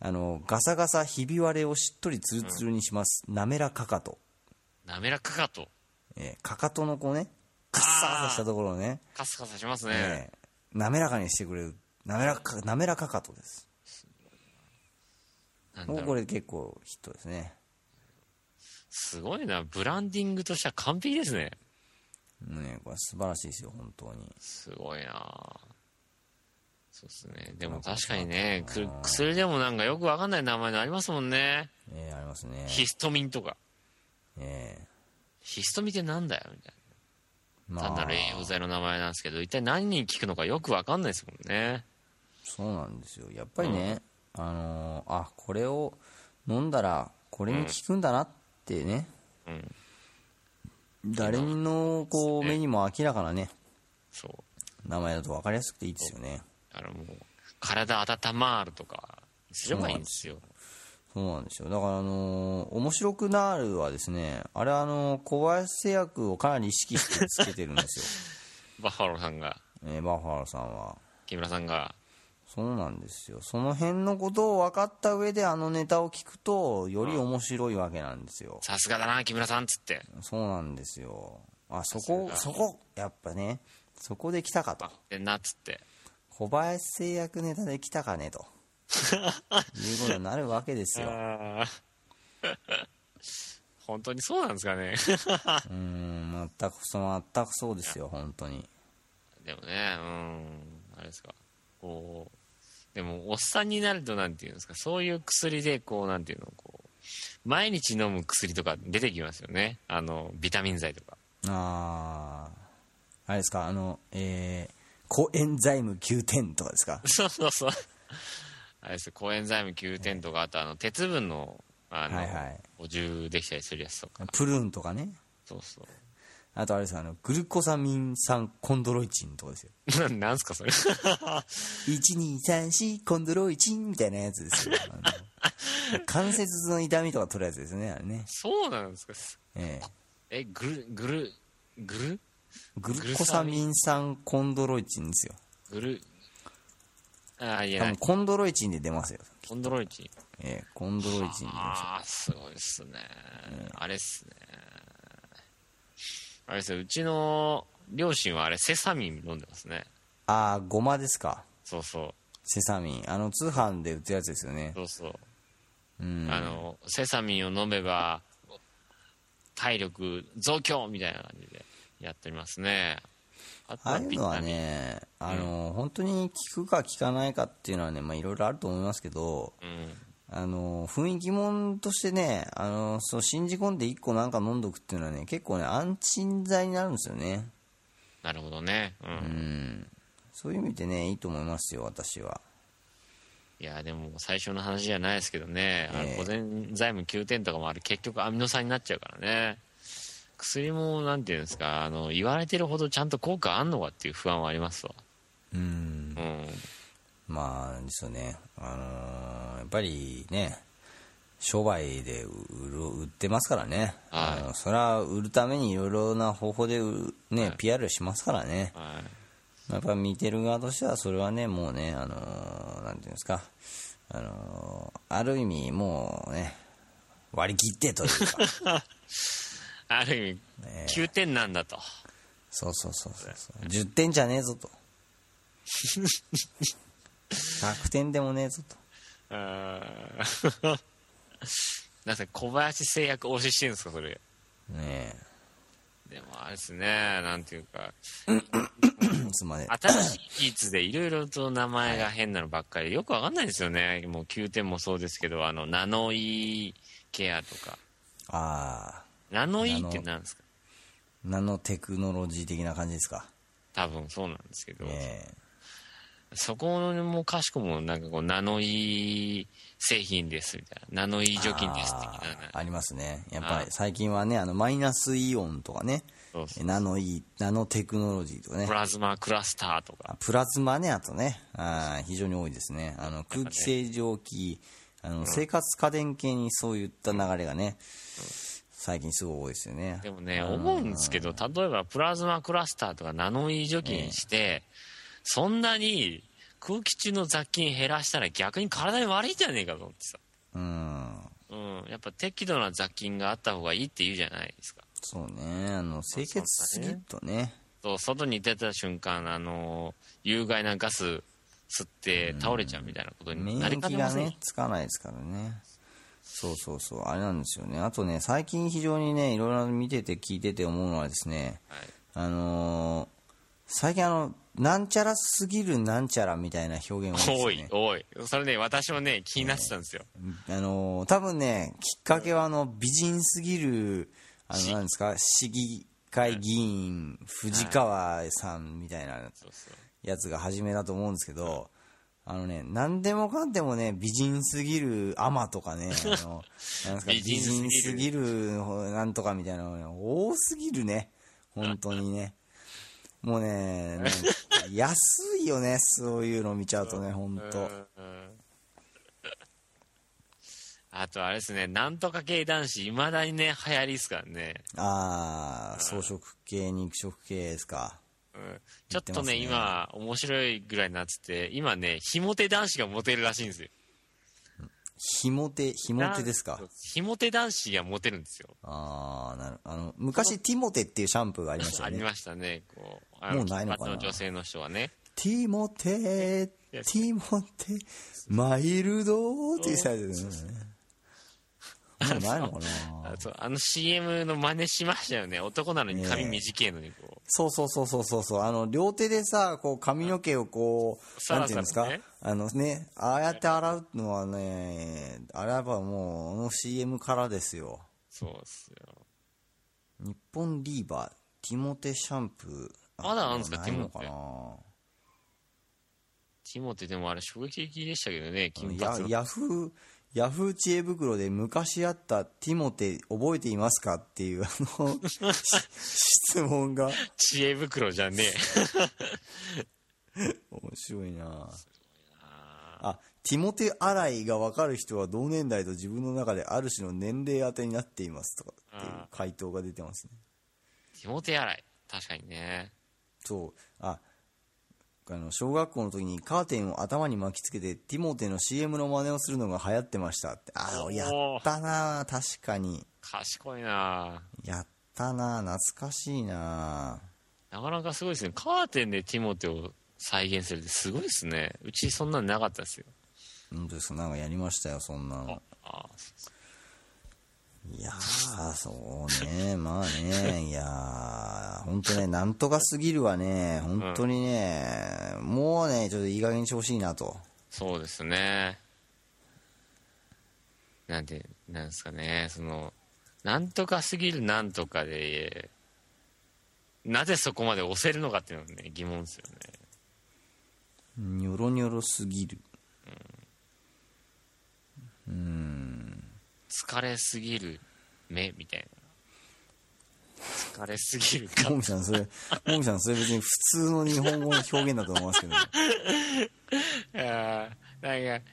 Speaker 2: あのガサガサひび割れをしっとりツルツルにします、滑らかかと、
Speaker 1: 滑らかかと
Speaker 2: ええかかとのこうねカッサーとしたところをね、
Speaker 1: カサカサしますね、
Speaker 2: ええ滑らかにしてくれる滑らか滑らかかとです
Speaker 1: なんだ
Speaker 2: もう
Speaker 1: ろう
Speaker 2: これ結構ヒットですね。
Speaker 1: すごいなブランディングとしては完璧ですね
Speaker 2: もうね、これ素晴らしいですよ、本当に。
Speaker 1: すごいなそうですねでも確かにねく薬でもなんかよくわかんない名前のありますもんね
Speaker 2: えー、ありますね。
Speaker 1: ヒストミンとか
Speaker 2: ええ
Speaker 1: ヒストミンってなんだよみたいな
Speaker 2: ま
Speaker 1: 単な
Speaker 2: あ
Speaker 1: る、栄養剤の名前なんですけど一体何に効くのかよくわかんないですもんね
Speaker 2: そうなんですよ。やっぱりね、あのーあ、これを飲んだら、これに効くんだなってね、
Speaker 1: うん
Speaker 2: 誰にの、こう、目にも明らかなね、
Speaker 1: そう
Speaker 2: 名前だと分かりやすくていいですよね。
Speaker 1: あのもう体温まるとかすればいいんですよ
Speaker 2: そうなんですよ。だから、あのー面白くなるはですね、あれは、あのー小林製薬をかなり意識してつけてるんです
Speaker 1: バッファローさんが
Speaker 2: よ。 えーバッファローさんは。
Speaker 1: 木村さんが
Speaker 2: そうなんですよその辺のことを分かった上であのネタを聞くとより面白いわけなんですよ、
Speaker 1: さすがだな木村さんっつって
Speaker 2: そうなんですよあそ
Speaker 1: さす
Speaker 2: こ
Speaker 1: が
Speaker 2: そこやっぱねそこで来たかと
Speaker 1: でなっつって
Speaker 2: 小林製薬ネタで来たかねということになるわけですよ
Speaker 1: あー 本当にそうなんですかね
Speaker 2: うーん全くそう全くそうですよ本当に
Speaker 1: でもね、うん、あれですか、こう、でも、おっさんになると、なんていうんですか、そういう薬で、こう、なんていうの、こう、毎日飲む薬とか出てきますよね。あの、ビタミン剤とか。
Speaker 2: あああれですかあのえー、コエンザイム910とかですか
Speaker 1: そうそうそう。あれですよ、コエンザイム9点とか、あと、あの、鉄分の、あの、
Speaker 2: はいはい
Speaker 1: 補充できたりするやつとか。
Speaker 2: プルーンとかね
Speaker 1: そうそ
Speaker 2: あとあれですあのグルコサミン酸コンドロイチンとかですよ
Speaker 1: う。 ななんすか、それ。
Speaker 2: 1234コンドロイチンみたいなやつですよあの関節の痛みとか取るやつですねあれね、
Speaker 1: そうなんですか。
Speaker 2: ええ
Speaker 1: え、ぐる、ぐる、ぐる
Speaker 2: グルコサミン酸コンドロイチンですよ
Speaker 1: ぐる、ああ、い
Speaker 2: 多
Speaker 1: や
Speaker 2: 分、コンドロイチンで出ますよ、
Speaker 1: コンドロイチン。
Speaker 2: ええコンドロイチンで出ますよ
Speaker 1: ああすごいっすね、あれっすねあれっすようちの両親はあれセサミン飲んでますね
Speaker 2: あーごまですか
Speaker 1: そうそう
Speaker 2: セサミンあの通販で売ってるやつですよね
Speaker 1: そうそう、
Speaker 2: うん
Speaker 1: あのセサミンを飲めば体力増強みたいな感じでやっておりますねあと
Speaker 2: ああ
Speaker 1: は
Speaker 2: いう
Speaker 1: ビ
Speaker 2: のは
Speaker 1: タミン、
Speaker 2: ね、あの、本当に効くか効かないかっていうのはね、まあいろいろあると思いますけど、
Speaker 1: うん、
Speaker 2: あの、雰囲気もんとしてね、あの、そう、信じ込んで一個なんか飲んどくっていうのはね、結構ね、安心剤になるんですよね。
Speaker 1: なるほどねうん、
Speaker 2: うん。そういう意味でね、いいと思いますよ、私は。
Speaker 1: いやでも最初の話じゃないですけどね、あの
Speaker 2: ええ
Speaker 1: 保全財務9点とかもあれ結局アミノ酸になっちゃうからね薬もなんていうんですかあの言われてるほどちゃんと効果あんのかっていう不安はありますわ
Speaker 2: うん。
Speaker 1: うん
Speaker 2: まあ、ですよね。あのやっぱりね、商売で売る売ってますからね。
Speaker 1: はい
Speaker 2: あのそれは売るためにいろいろな方法で売る、ね、PR しますからね。
Speaker 1: はい
Speaker 2: やっぱ見てる側としては、それはね、もうね、あのーなんていうんですか、あのーある意味、もうね、割り切ってというか、
Speaker 1: ある意味9点 なんだと、
Speaker 2: そうそうそうそうそう、10点じゃねえ ぞと、100点でもねえぞと、
Speaker 1: あー なんか小林製薬推ししてるんですかそれ
Speaker 2: ね
Speaker 1: でもあれですねなんていうか
Speaker 2: え、つまり、
Speaker 1: 新しい技術でいろいろと名前が変なのばっかりでよくわかんないんですよねもう9点もそうですけどあのナノイーケアとか
Speaker 2: あ
Speaker 1: ナノイーって何ですか
Speaker 2: ー、ナノテクノロジー的な感じですか、
Speaker 1: 多分そうなんですけど、
Speaker 2: ね
Speaker 1: そこもかしこもなんかこうナノイー製品ですみたいなナノイー
Speaker 2: え、
Speaker 1: 除菌です的な
Speaker 2: あーありますね、やっぱ
Speaker 1: あー
Speaker 2: り最近はね、あのマイナスイオンとかね、
Speaker 1: そうそう
Speaker 2: ナノイナノテクノロジーとかね
Speaker 1: プ。ラズマクラスターとか
Speaker 2: あプラズマね、あとね、あー非常に多いですね。あの空気清浄機、あの生活家電系にそういった流れがね、最近すごい多いですよね。
Speaker 1: でもね、思うんですけど、例えばプラズマクラスターとかナノイー除菌して、そんなに空気中の雑菌減らしたら逆に体に悪いんじゃねえかと思ってさ。
Speaker 2: うん。
Speaker 1: うん。やっぱ適度な雑菌があった方がいいって言うじゃないですか。
Speaker 2: そうね、あの清潔すぎるとね、
Speaker 1: そう、外に出た瞬間、あの、有害なガス吸って倒れちゃうみたいなことに
Speaker 2: 免
Speaker 1: なりかね
Speaker 2: 疫
Speaker 1: ま
Speaker 2: が
Speaker 1: せんよ。
Speaker 2: ね、つかないですからね。そうそうそう、あれなんですよね。あとね、最近非常にね、いろいろ見てて聞いてて思うのはですね、
Speaker 1: はい
Speaker 2: あのー最近あの、なんちゃらすぎるなんちゃらみたいな表現多いですよ
Speaker 1: おい
Speaker 2: ね、。
Speaker 1: おい。それね、私もね、気になってたんですよ。
Speaker 2: あのー多分ね、きっかけはあの美人すぎる、あの
Speaker 1: し
Speaker 2: なんですか、市議会議員、藤川さんみたいな
Speaker 1: そうそう。
Speaker 2: やつが初めだと思うんですけど、あのね、何でもかんでもね、美人すぎるアマとかね、あのなんですか
Speaker 1: 美
Speaker 2: 美
Speaker 1: 人すぎる
Speaker 2: 人すぎるなんとかみたいなのがね、多すぎるね、本当にね。もうね、なんか安いよね、そういうの見ちゃうとね、本当。
Speaker 1: あとあれですね、なんとか系男子、いまだにね、流行りですからね。
Speaker 2: ああ、草食系、肉食系ですか。
Speaker 1: うんちょっ
Speaker 2: 言
Speaker 1: とね、
Speaker 2: ってますね
Speaker 1: 今、面白いぐらいになってて、今ね、ひも手男子がモテるらしいんですよ。
Speaker 2: ひも手、ひも手ですか
Speaker 1: なん。ひも手男子がモテるんですよ。
Speaker 2: ああ、なるあの、昔、ティモテっていうシャンプーがありました
Speaker 1: あ
Speaker 2: よ
Speaker 1: り
Speaker 2: ね。
Speaker 1: ましたね、こう。あ
Speaker 2: もうないのかな
Speaker 1: 金髪女性の人はね。
Speaker 2: ティモテ、ティモテ、マイルドっていうサイズですね。もうないのかな
Speaker 1: あそうあの CM の真似しましたよね。男なのに髪
Speaker 2: ねえ
Speaker 1: 短いのに、こ
Speaker 2: そうそうそうそうそうそう。あの、両手でさ、こう髪の毛をこう、
Speaker 1: さ
Speaker 2: な
Speaker 1: ら
Speaker 2: んていうんですか、
Speaker 1: さらね
Speaker 2: あのね、ああやって洗うのはね、洗えばもう、あの CM からですよ。
Speaker 1: う。そうっすよ。
Speaker 2: 日本リーバーティモテシャンプー
Speaker 1: まだあるんですか
Speaker 2: ないのか
Speaker 1: ティ
Speaker 2: な
Speaker 1: ティモテでもあれ衝撃的でしたけどね、
Speaker 2: あの
Speaker 1: 金
Speaker 2: や
Speaker 1: 髪の。
Speaker 2: ヤフーヤフー知恵袋で昔あったティモテ覚えていますかっていうあの し質問が
Speaker 1: 知恵袋じゃねえ。
Speaker 2: 面白いなあティモテ洗いが分かる人は同年代と自分の中である種の年齢当てになっていますとかっていう回答が出てますね
Speaker 1: 手元洗い確かにね
Speaker 2: そうああの小学校の時にカーテンを頭に巻きつけてティモテの CM の真似をするのが流行ってましたってあ
Speaker 1: お
Speaker 2: あ
Speaker 1: ー
Speaker 2: やったな確かに
Speaker 1: 賢いな
Speaker 2: やったな懐かしいな
Speaker 1: なかなかすごいですねカーテンでティモテを再現するってすごいですね。うちそんなのなかったですよ。
Speaker 2: 本当ですかなんかやりましたよそんなの
Speaker 1: ああ
Speaker 2: いやーそうねまあねいやー本当ねなんとかすぎるはね本当にね、もうねちょっといい加減にしてほしいなと
Speaker 1: そうですね。なんで、なんですかね、その、なんとかすぎるなんとかで、なぜそこまで押せるのかっていうのはね、疑問ですよね。
Speaker 2: ニョロニョロすぎる
Speaker 1: 疲れすぎる目みたいな。疲れすぎるか
Speaker 2: も。みさんそれもみさんそれ別に普通の日本語の表現だと思いますけど
Speaker 1: ああ、なんか、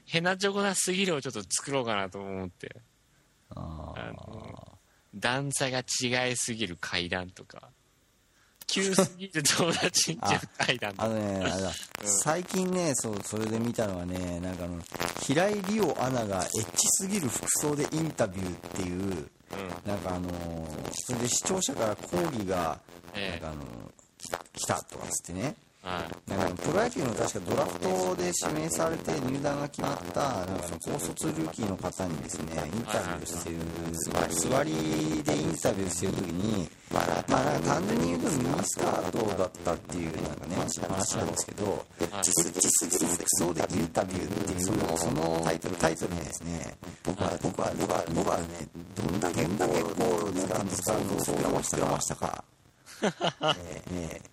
Speaker 1: へなちょこなすぎるをちょっと作ろうかなと思って。
Speaker 2: あ
Speaker 1: あの、段差が違いすぎる階段とか、急すぎる友達んちの階段と
Speaker 2: あ
Speaker 1: か。
Speaker 2: のね、あれだ、最近ね、そう、それで見たのはね、なんかあの、平井理央アナがエッチすぎる服装でインタビューっていう、なんかあのーそれで視聴者から抗議が、な
Speaker 1: え
Speaker 2: ん
Speaker 1: え
Speaker 2: かあのーき来たとかつってね、
Speaker 1: はい
Speaker 2: なんかあのプロ野球の確かドラフトで指名されて入団が決まったなんかあの高卒ルーキーの方にですねインタビューしてる座りでインタビューしてる時にまあなんか単純に言うとミニスカートだったっていうなんかね話なんですけど「エッチすぎる服装でインタビュー」っていうそのそのタイトルタイトルにですね僕は僕は僕は僕はねどんだけどんだけこうなんかミニスカートを膨らました膨らましたか。ええええ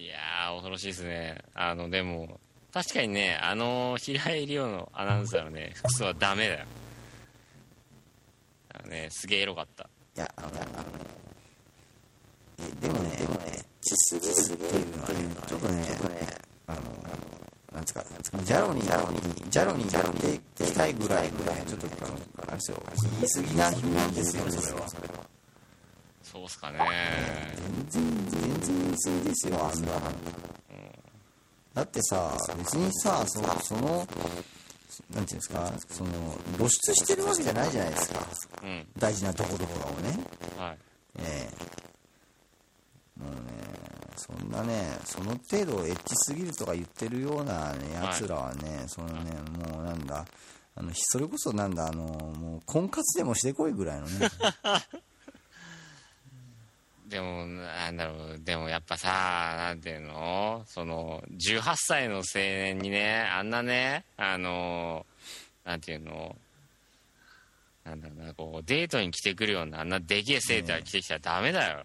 Speaker 1: いやー、恐ろしいですね。あの、でも、確かにね、あの、平井理央のアナウンサーのね、服装はダメだよ。あのね、すげえエロかった。
Speaker 2: いや、あのね、あのね、え、でもね、でもね、ちすぎすぎっていうのはね、ちょっとね、あの、なんつうか、なんつうか、ジャロに、ジャロに、ジャロに、ジャロに行ってきたいぐらいのね、ちょっと、あの、あれですよ、言いすぎな日なんですよね、それは。
Speaker 1: そうっすかね。
Speaker 2: 全然、全然言いすぎですよ、あんな。だってさ、別にさ、その、その、なんていうんですか、その、露出してるわけじゃないじゃないですか。
Speaker 1: うん、
Speaker 2: 大事なところとかをね。
Speaker 1: はい。
Speaker 2: ええもうねそんなねその程度エッチすぎるとか言ってるような、ね、やつらはね、そのねもうなんだあのそれこそなんだあのもう婚活でもしてこいぐらい のね
Speaker 1: でも、なんだろう、でもやっぱさ、なんていうのその、18歳の青年にね、あんなね、あの、なんていうのなんだろうな、こう、デートに来てくるような、あんなでけえセーター着てきたらダメだよ。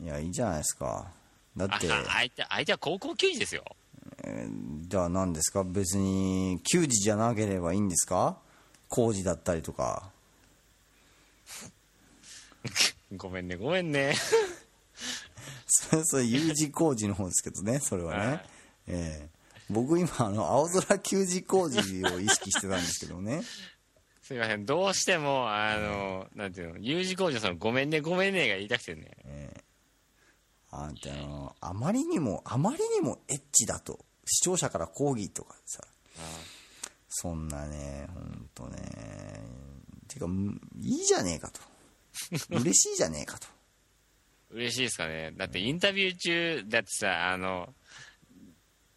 Speaker 2: いやいいじゃないですかだっ
Speaker 1: あ
Speaker 2: て
Speaker 1: 相手、相手は高校球児ですよ。
Speaker 2: じゃあ何ですか別に球児じゃなければいいんですか工事だったりとか
Speaker 1: ごめんね、ごめんね。
Speaker 2: それそれ U 字工事の方ですけどねそれは
Speaker 1: は
Speaker 2: ね
Speaker 1: い、
Speaker 2: ええ僕今あの青空球児工事を意識してたんですけどね
Speaker 1: すいません、どうしても、あの、なんていうの、U 字工事のその、ごめんね、ごめんねが言いたくてね。
Speaker 2: あんたあのあまりにもあまりにもエッチだと視聴者から抗議とかさそんなね本当ねてかむいいじゃね えかと嬉しいじゃねえかと
Speaker 1: 嬉しいですかね。だって、インタビュー中、だってさ、あの、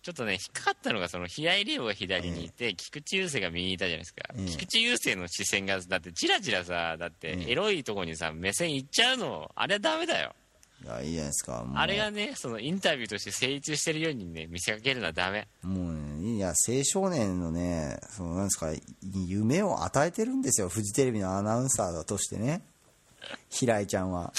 Speaker 1: ちょっとね、引っかかったのが、その、平井亮が左にいて、菊池雄星が右にいたじゃないですか。
Speaker 2: ええ
Speaker 1: 菊池雄星の視線が、だって、チラチラさ、だって、エロいとこにさ、目線いっちゃうの、あれはダメだよ。
Speaker 2: いやいいじゃないですかもう
Speaker 1: あれがね、その、インタビューとして成立してるようにね、見せかけるのはダメ。
Speaker 2: もうねいや青少年のねそのなんですか夢を与えてるんですよフジテレビのアナウンサーだとしてね平井ちゃんは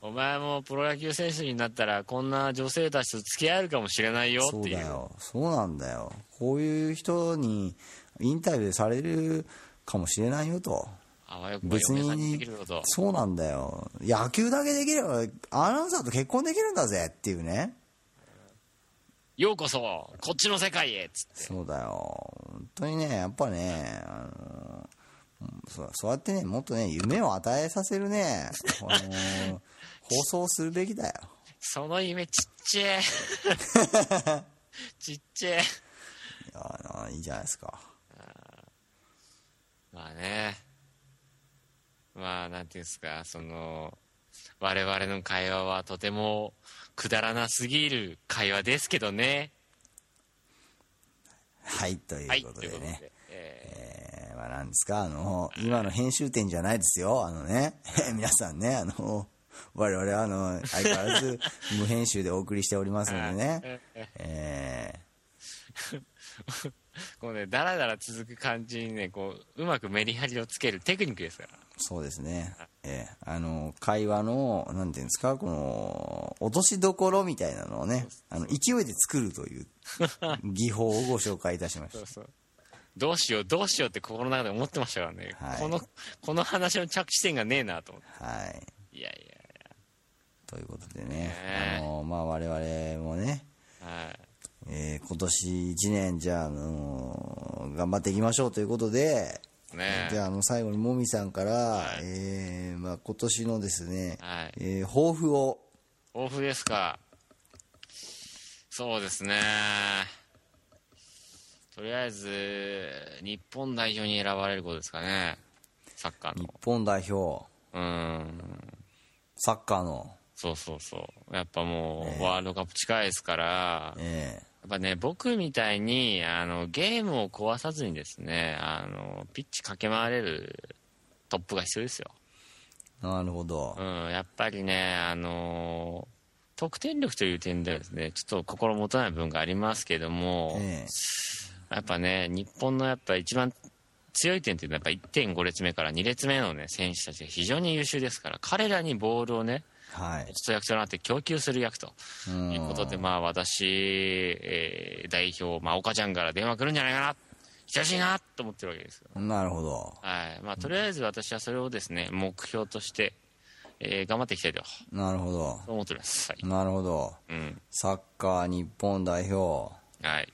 Speaker 1: お前もプロ野球選手になったらこんな女性たちと付き合えるかもしれないよ
Speaker 2: そ
Speaker 1: って
Speaker 2: う
Speaker 1: いう
Speaker 2: だよそうなんだよこういう人にインタビューされるかもしれないよと
Speaker 1: あわよくば
Speaker 2: 別
Speaker 1: 嫁さんにで
Speaker 2: に
Speaker 1: きること
Speaker 2: そうなんだよ野球だけできればアナウンサーと結婚できるんだぜっていうね
Speaker 1: ようこそこっちの世界へっつって
Speaker 2: そうだよ本当にねやっぱねあのうんそうそうやってねもっとね夢を与えさせるねあ の放送するべきだよ
Speaker 1: その夢ちっち ゃいちっちゃい
Speaker 2: いやあのいいじゃないですか
Speaker 1: まあねまあなんていうんですかその我々の会話はとてもくだらなすぎる会話ですけどね。
Speaker 2: はい、とい、
Speaker 1: はいう
Speaker 2: こ
Speaker 1: と
Speaker 2: と
Speaker 1: い
Speaker 2: で
Speaker 1: うこと
Speaker 2: ね。
Speaker 1: で。え
Speaker 2: えーまあ、なんですか、あの、今の編集点じゃないですよ、あのね、 皆さんね、あの、我々はあの、相変わら ず無編集でお送りしておりますのでね、え
Speaker 1: ーこうね、だらだら続く感じにね、こう、うまくメリハリをつけるテクニックですから。
Speaker 2: ーそうですね、えーあの、会話の、なんていうんですか、この、落としどころみたいなのをね、あの、勢いで作るという 技法をご紹介いたしまし
Speaker 1: そう
Speaker 2: た。
Speaker 1: そう。どうしよう、どうしようって心の中で思ってましたからね。
Speaker 2: はい
Speaker 1: この、この話の着地点がねえなと思っ
Speaker 2: はい。
Speaker 1: て。いやい
Speaker 2: ということでね、
Speaker 1: え
Speaker 2: あの、まあ、我々もね、
Speaker 1: や。はい。
Speaker 2: えー今年1年じゃあ、あのー頑張っていきましょうということで、
Speaker 1: ねえ
Speaker 2: じゃああの最後にもみさんから、えーまあ、今年のですね、
Speaker 1: はい
Speaker 2: えー抱負を
Speaker 1: 抱負ですかそうですねとりあえず日本代表に選ばれることですかねサッカー
Speaker 2: 日
Speaker 1: の
Speaker 2: 本代表
Speaker 1: うん
Speaker 2: サッカーの、
Speaker 1: そうそうそうやっぱもうワールドカップ近いですから、
Speaker 2: え
Speaker 1: やっぱね僕みたいにあのゲームを壊さずにですねあのピッチ駆け回れるトップが必要ですよ
Speaker 2: ーなるほど
Speaker 1: う、ん、やっぱりね、あのー得点力という点ではですね、ちょっと心もとない部分がありますけども、
Speaker 2: え
Speaker 1: やっぱね、日本のやっぱ一番強い点っていうのは、やっぱ1.5列目から2列目のね、選手たちが非常に優秀ですから、彼らにボールをね、
Speaker 2: ーはい、
Speaker 1: ちょっと役となって供給する役と
Speaker 2: うん
Speaker 1: いうことで、まあ私、えー代表、まあ岡ちゃんから電話来るんじゃないかな、久しいなと思ってるわけですよ。
Speaker 2: なるほど
Speaker 1: はい。まあとりあえず私はそれをですね、目標として、えー頑張っていきたいと。
Speaker 2: なるほど
Speaker 1: 思っております。はい。
Speaker 2: なるほど
Speaker 1: うん。
Speaker 2: サッカー日本代表
Speaker 1: はい。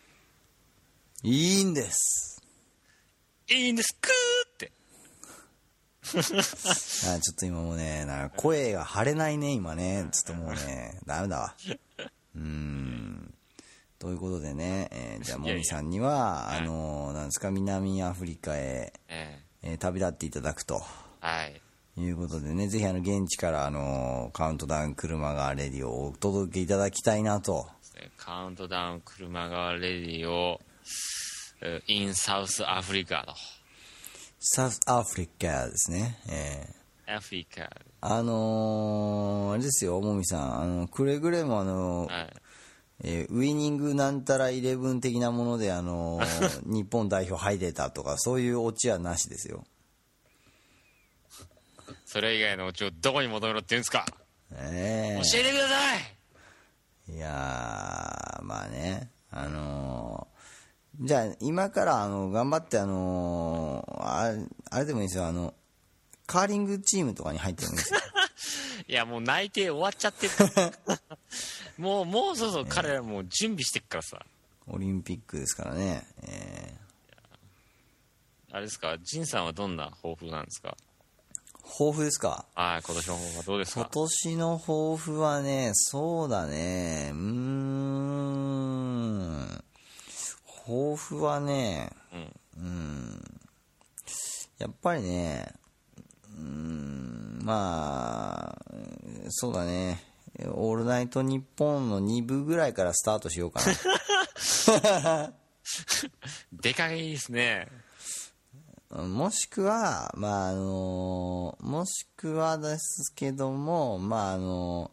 Speaker 2: いいんです
Speaker 1: いいんです、くーって。
Speaker 2: あちょっと今もうね、なんか声が張れないね、今ね。ちょっともうね、ダメだわ。うーん。ということでね、えーじゃあ、
Speaker 1: い
Speaker 2: も
Speaker 1: やいや
Speaker 2: みさんには、あのーなんですか、南アフリカへ、
Speaker 1: え
Speaker 2: えー旅立っていただくと
Speaker 1: えはい。
Speaker 2: いうことでね、ぜひあの、現地から、あのーカウントダウン車がレディをお届けいただきたいなと。
Speaker 1: カウントダウン車側レディオ、インサウスアフリカ
Speaker 2: サウスアフリカですね。えー
Speaker 1: と。アフリカ。
Speaker 2: あのーあれですよ、もみさん。あの、くれぐれもあのー
Speaker 1: はい。
Speaker 2: えーウイニングなんたらイレブン的なもので、あのー日本代表入れたとか、そういうオチはなしですよ。
Speaker 1: それ以外のうちをどこに求めろって言うんですか、
Speaker 2: え
Speaker 1: 教えてください
Speaker 2: えいやー、まあね、あのーじゃあ、今から、あの、頑張って、あのーあ、あれでもいいですよ、あの、カーリングチームとかに入ってもいいですよ。
Speaker 1: いや、もう内定終わっちゃってる。 もう、もうそうそう、彼らもう準備してっからさ。
Speaker 2: オリンピックですからね。えー
Speaker 1: あれですか、ジンさんはどんな抱負なんですか
Speaker 2: 豊富ですか
Speaker 1: はい、今年の抱負はどうです
Speaker 2: 今
Speaker 1: か
Speaker 2: 年の抱負はね、そうだね、うーん、抱負はね、
Speaker 1: うん。
Speaker 2: やっぱりね、うーん、まあ、そうだね、オールナイトニッポンの2部ぐらいからスタートしようか
Speaker 1: でかいですね。
Speaker 2: な。もしくは、まあ、あの、もしくはですけども、まあ、あの、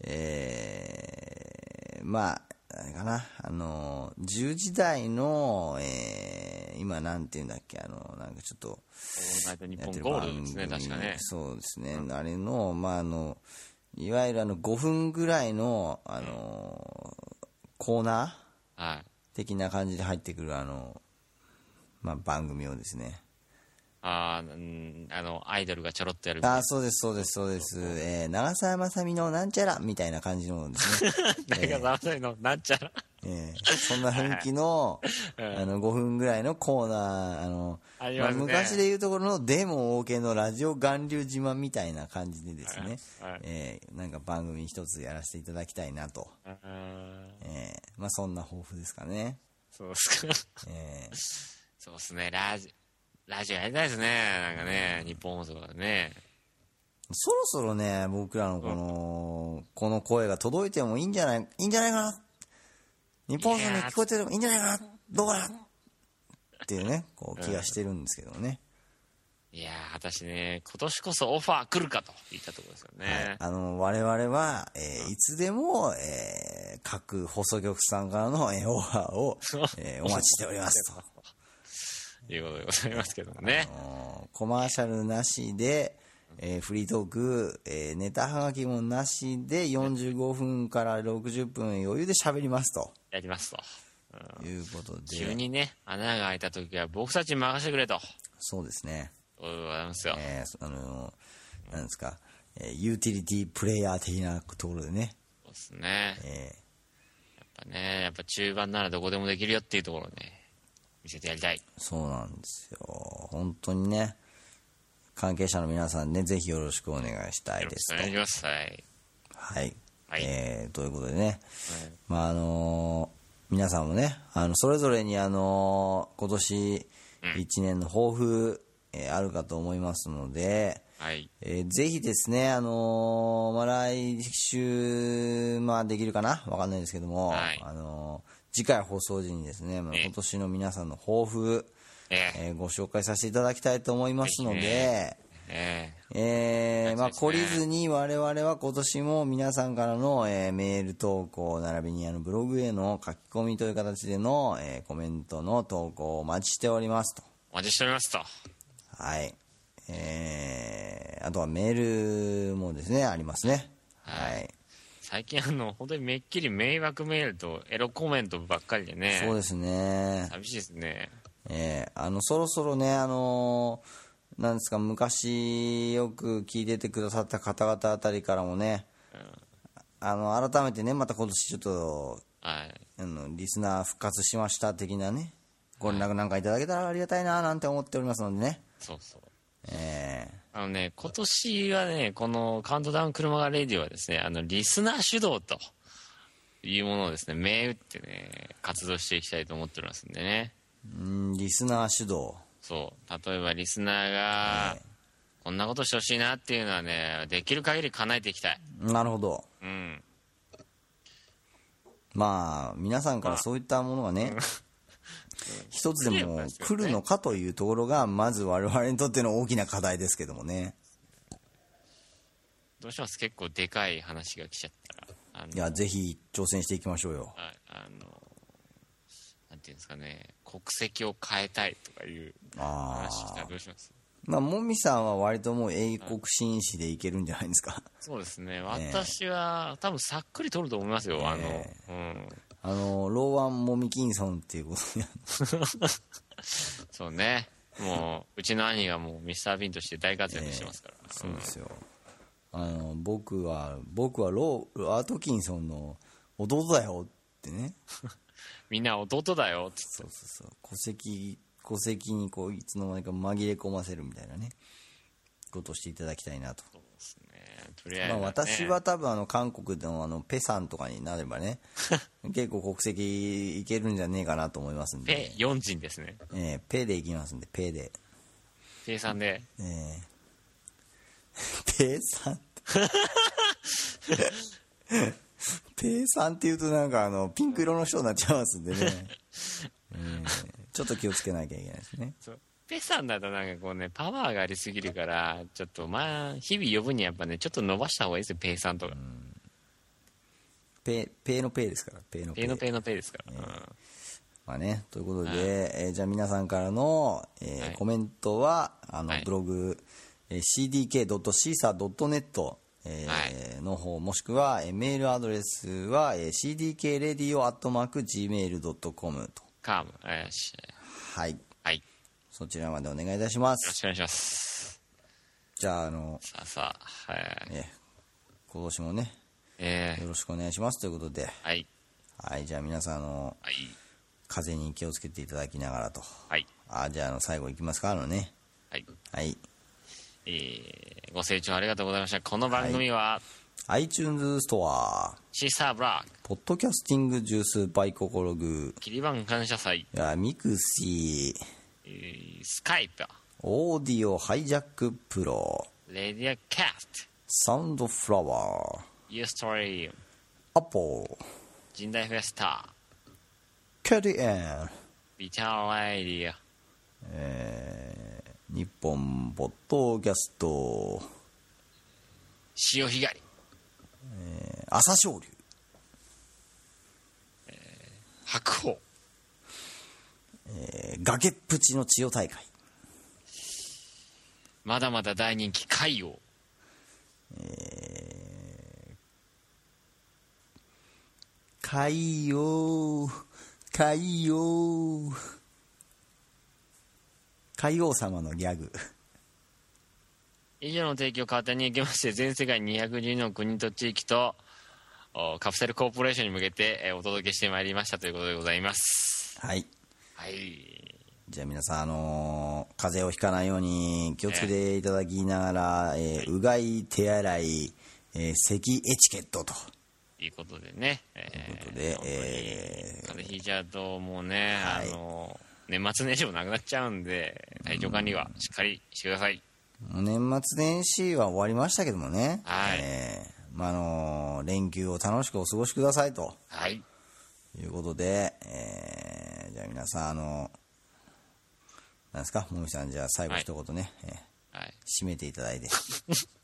Speaker 2: えーまあ、あれかな、あの、10時台の、えー今なんていうんだっけ、あの、なんかちょっと、
Speaker 1: オールナイトニッ
Speaker 2: や
Speaker 1: ポ
Speaker 2: って
Speaker 1: ン
Speaker 2: る
Speaker 1: ゴ
Speaker 2: 番
Speaker 1: ールド
Speaker 2: 組
Speaker 1: ですね、確かね。
Speaker 2: そうですね、あれの、まあ、あの、いわゆるあの5分ぐらいの、あの、コーナ
Speaker 1: はい。
Speaker 2: ー的な感じで入ってくる、あの、まあ、番組をですね。
Speaker 1: あーうんあの、アイドルがちょろっとやるみた
Speaker 2: あ
Speaker 1: い
Speaker 2: ーそうです、そうです、そうです。えー長澤まさみのなんちゃらみたいな感じの ですね。
Speaker 1: な。なんか騙されるの、なんちゃら。
Speaker 2: えーそんな雰囲気の、あの、5分ぐらいのコーナー、あの、
Speaker 1: ありますね
Speaker 2: 昔でいうところのデーモン OK のラジオ巌流島みたいな感じでですね、
Speaker 1: はいはい
Speaker 2: えーなんか番組一つやらせていただきたいなと、
Speaker 1: あー
Speaker 2: えーまあそんな抱負ですかね。
Speaker 1: そうっすか。
Speaker 2: えー
Speaker 1: そうっすね、ラジ、ラジオやりたいですね。なんかね、日本放送とかでね。
Speaker 2: そろそろね、僕らのこの、この声が届いてもいいんじゃない、いいんじゃないかな。日本さんに聞こえてるもいいんじゃないかな。どうかな。っていうね、こう気がしてるんですけどね。
Speaker 1: いやー、私ね、今年こそオファー来るかと言ったところですよね。
Speaker 2: あの、我々は、えーいつでも、えー各放送局さんからの、えーオファーを、えーお待ちしておりますと。
Speaker 1: い、うことでございますけどもね
Speaker 2: あ。のコマーシャルなしで、えーフリートーク、えーネタはがきもなしで45分から60分余裕で喋りますと
Speaker 1: やりますと。
Speaker 2: いうこと
Speaker 1: 急
Speaker 2: で、
Speaker 1: にね、穴が開いた時は僕たちに任せてくれと。
Speaker 2: そうですね、
Speaker 1: ございますよ。
Speaker 2: えーそあのーなんですか、えーユーティリティプレイヤー的なところでね、
Speaker 1: そうですね。
Speaker 2: えー
Speaker 1: やっぱね、やっぱ中盤ならどこでもできるよっていうところをね、見せてやりたい。
Speaker 2: そうなんですよ、本当にね、関係者の皆さんね、ぜひよろしくお願いしたい
Speaker 1: よろ
Speaker 2: で
Speaker 1: し
Speaker 2: す
Speaker 1: くお
Speaker 2: と
Speaker 1: 願い。します。はい。
Speaker 2: はい。
Speaker 1: はい
Speaker 2: えーということでね、まああのー皆さんもね、あのそれぞれにあのー今年1年の抱負、えーあるかと思いますので、
Speaker 1: はい。
Speaker 2: えーぜひですね、あのーまあ、来週、まあ、できるかなわかんないですけども、
Speaker 1: はい
Speaker 2: あのー次回放送時にですね、まあ
Speaker 1: ええ
Speaker 2: 今年の皆さんの抱負、
Speaker 1: ええ
Speaker 2: えーご紹介させていただきたいと思いますの
Speaker 1: ぜ
Speaker 2: で、
Speaker 1: ひねえ
Speaker 2: えーまあ、
Speaker 1: そ
Speaker 2: 懲
Speaker 1: う
Speaker 2: り
Speaker 1: ですね
Speaker 2: ずに我々は今年も皆さんからの、えーメール投稿並びにあのブログへの書き込みという形での、えーコメントの投稿をお待ちしておりますと。
Speaker 1: お待ちしておりますと。
Speaker 2: はい。えーあとはメールもですね、ありますね。はい。
Speaker 1: 最近あの、本当にめっきり迷惑メールとエロコメントばっかりでね。
Speaker 2: そうですね。
Speaker 1: 寂しいですね。
Speaker 2: えーあの、そろそろね、あのーなんですか、昔よく聞いててくださった方々あたりからもね、あの、改めてね、また今年ちょっと、
Speaker 1: はい。
Speaker 2: あのリスナー復活しました的なねご連絡なんかいただけたらありがたいななんて思っておりますのでね
Speaker 1: そうそう。
Speaker 2: え
Speaker 1: あのね、今年はね、このカウントダウン車がレディオはですね、あの、リスナー主導というものをですね、銘打ってね、活動していきたいと思っておりますんでね。
Speaker 2: ーうんリスナー主導
Speaker 1: そう。例えばリスナーが、こんなことしてほしいなっていうのはね、できる限り叶えていきたい。
Speaker 2: なるほど
Speaker 1: うん。
Speaker 2: まあ皆さんからそういったものがね 一つでも来るのかというところがまず我々にとっての大きな課題ですけどもね
Speaker 1: どうします結構でかい話が来ちゃったら。あの
Speaker 2: いやぜひ挑戦していきましょうよ
Speaker 1: はいあの、なんていうんですかね、国籍を変えたいとかいう
Speaker 2: あ
Speaker 1: 話来た
Speaker 2: あ
Speaker 1: らどうします
Speaker 2: まあもみさんは割ともう英国紳士でいけるんじゃないです か
Speaker 1: そうですね、私は、多分さっくり取ると思いますよ、あの、うん、
Speaker 2: あのローワン・モミキンソンっていうことで
Speaker 1: そうね、もう、うちの兄がもう、ミスター・ビーンとして大活躍してますから、
Speaker 2: そうですよあの僕は僕はローアートキンソンの弟だよってね
Speaker 1: みんな弟だよっつって
Speaker 2: そうそうそう戸籍戸籍にこういつの間にか紛れ込ませるみたいなねことをしていただきたいなと、
Speaker 1: そうですね、とりあえず、
Speaker 2: ま
Speaker 1: ね
Speaker 2: あ、私は多分あの韓国のあのペさんとかになれば ね結構国籍いけるんじゃねえかなと思いますんで、
Speaker 1: ペ・ヨンジンですね、
Speaker 2: えーペでいきますんでペで、
Speaker 1: ペイさんで、
Speaker 2: えーペさんってペさんって言うとなんかあのピンク色の人になっちゃいますんでね、えーちょっと気をつけなきゃいけないですね
Speaker 1: そうペイさんだとなんかこうね、パワーがありすぎるから、ちょっとまあ、日々呼ぶにやっぱね、ちょっと伸ばした方がいいですよ、ペイさんとか、
Speaker 2: ペペのペですからペのペ
Speaker 1: ペイのペイのペイですから、うん
Speaker 2: まあね、ということで、えーじゃあ皆さんからの、えー
Speaker 1: はい
Speaker 2: コメントはあの、
Speaker 1: はい
Speaker 2: ブログ、えー、cdk.cisa.net、えー
Speaker 1: は
Speaker 2: の方もしくは、えーメールアドレスは、えー、cdkradio.gmail.com と
Speaker 1: カーム、えーし
Speaker 2: はい
Speaker 1: はい、よ
Speaker 2: そちらまでお願いいたしま
Speaker 1: ろし
Speaker 2: す
Speaker 1: くお願いします。
Speaker 2: じゃああの、
Speaker 1: さあさあ、はい。
Speaker 2: えー今年もね
Speaker 1: え
Speaker 2: よろしくお願いしますということで
Speaker 1: ー、はい、
Speaker 2: はいじゃあ皆さんあの
Speaker 1: はい、
Speaker 2: 風邪に気をつけていただきながらと
Speaker 1: はい、
Speaker 2: あじゃああの最後いきますかあのね
Speaker 1: はい。
Speaker 2: はい
Speaker 1: えーご清聴ありがとうございました。この番組は、
Speaker 2: iTunes ストア
Speaker 1: シーサーブラック、
Speaker 2: ポッドキャスティングジュースバイココログ、
Speaker 1: キリバン感謝祭、
Speaker 2: いやミクシー、
Speaker 1: えースカイプ、
Speaker 2: オーディオハイジャックプロ、
Speaker 1: レディアキャス
Speaker 2: サウンドフラワー、
Speaker 1: ト、ユーストリーム、
Speaker 2: アポー、
Speaker 1: 神代フェスタ、
Speaker 2: キャディエン、
Speaker 1: ビターレディア、
Speaker 2: えー、日本ポッドキャスト、
Speaker 1: 潮干狩り、
Speaker 2: 朝青龍、
Speaker 1: 白鵬、
Speaker 2: えー崖っぷちの千代大会、
Speaker 1: まだまだ大人気、海王、
Speaker 2: 海洋、海洋、海王様のギャグ、
Speaker 1: 以上の提供を勝手に受けまして、 全世界212の国と地域と、おカプセルコーポレーションに向けて、えーお届けしてまいりましたということでございます。
Speaker 2: はい。
Speaker 1: はい。
Speaker 2: じゃあ皆さん、あのー風邪をひかないように気をつけていただきながら、えーうがい、手洗い、えー咳エチケットと。
Speaker 1: ということでね。え
Speaker 2: ということで
Speaker 1: えー、風邪ひいちゃうと、もうね、
Speaker 2: はい
Speaker 1: あの、年末年始もなくなっちゃうんで、体調管理はしっかりしてください。
Speaker 2: 年末年始は終わりましたけどもね。
Speaker 1: はい
Speaker 2: えーまあ、あのー連休を楽しくお過ごしくださいと
Speaker 1: はい。
Speaker 2: いうことで、えーじゃあ皆さん、あのーなんですか、もみさん、じゃあ最後一言ね、えー
Speaker 1: はい。
Speaker 2: 締めていただいて。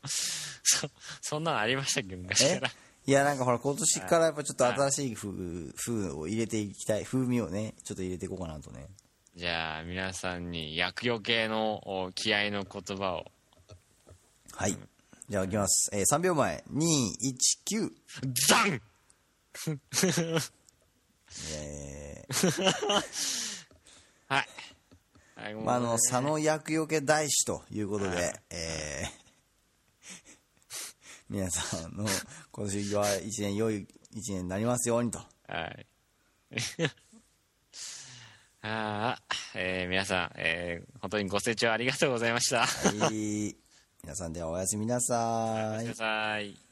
Speaker 1: そ、そんなんありましたっけ昔
Speaker 2: え
Speaker 1: から。
Speaker 2: いやなんかほら今年からやっぱちょっと新しい風,、風を入れていきたい風味をねちょっと入れていこうかなとね
Speaker 1: じゃあ、皆さんに薬用系のお気合の言葉を。
Speaker 2: はいじゃあいきます、えー、3秒前219
Speaker 1: ザン
Speaker 2: え
Speaker 1: はい。はい、
Speaker 2: ー、まああ
Speaker 1: もう
Speaker 2: の佐野厄除け大師ということでえー皆さんの今年は一年良い一年になりますようにと
Speaker 1: はい。 ああ、えー皆さん、えー本当にご清聴ありがとうございました。
Speaker 2: はい皆さんではおやすみなさ
Speaker 1: おやすみ
Speaker 2: い
Speaker 1: なさい。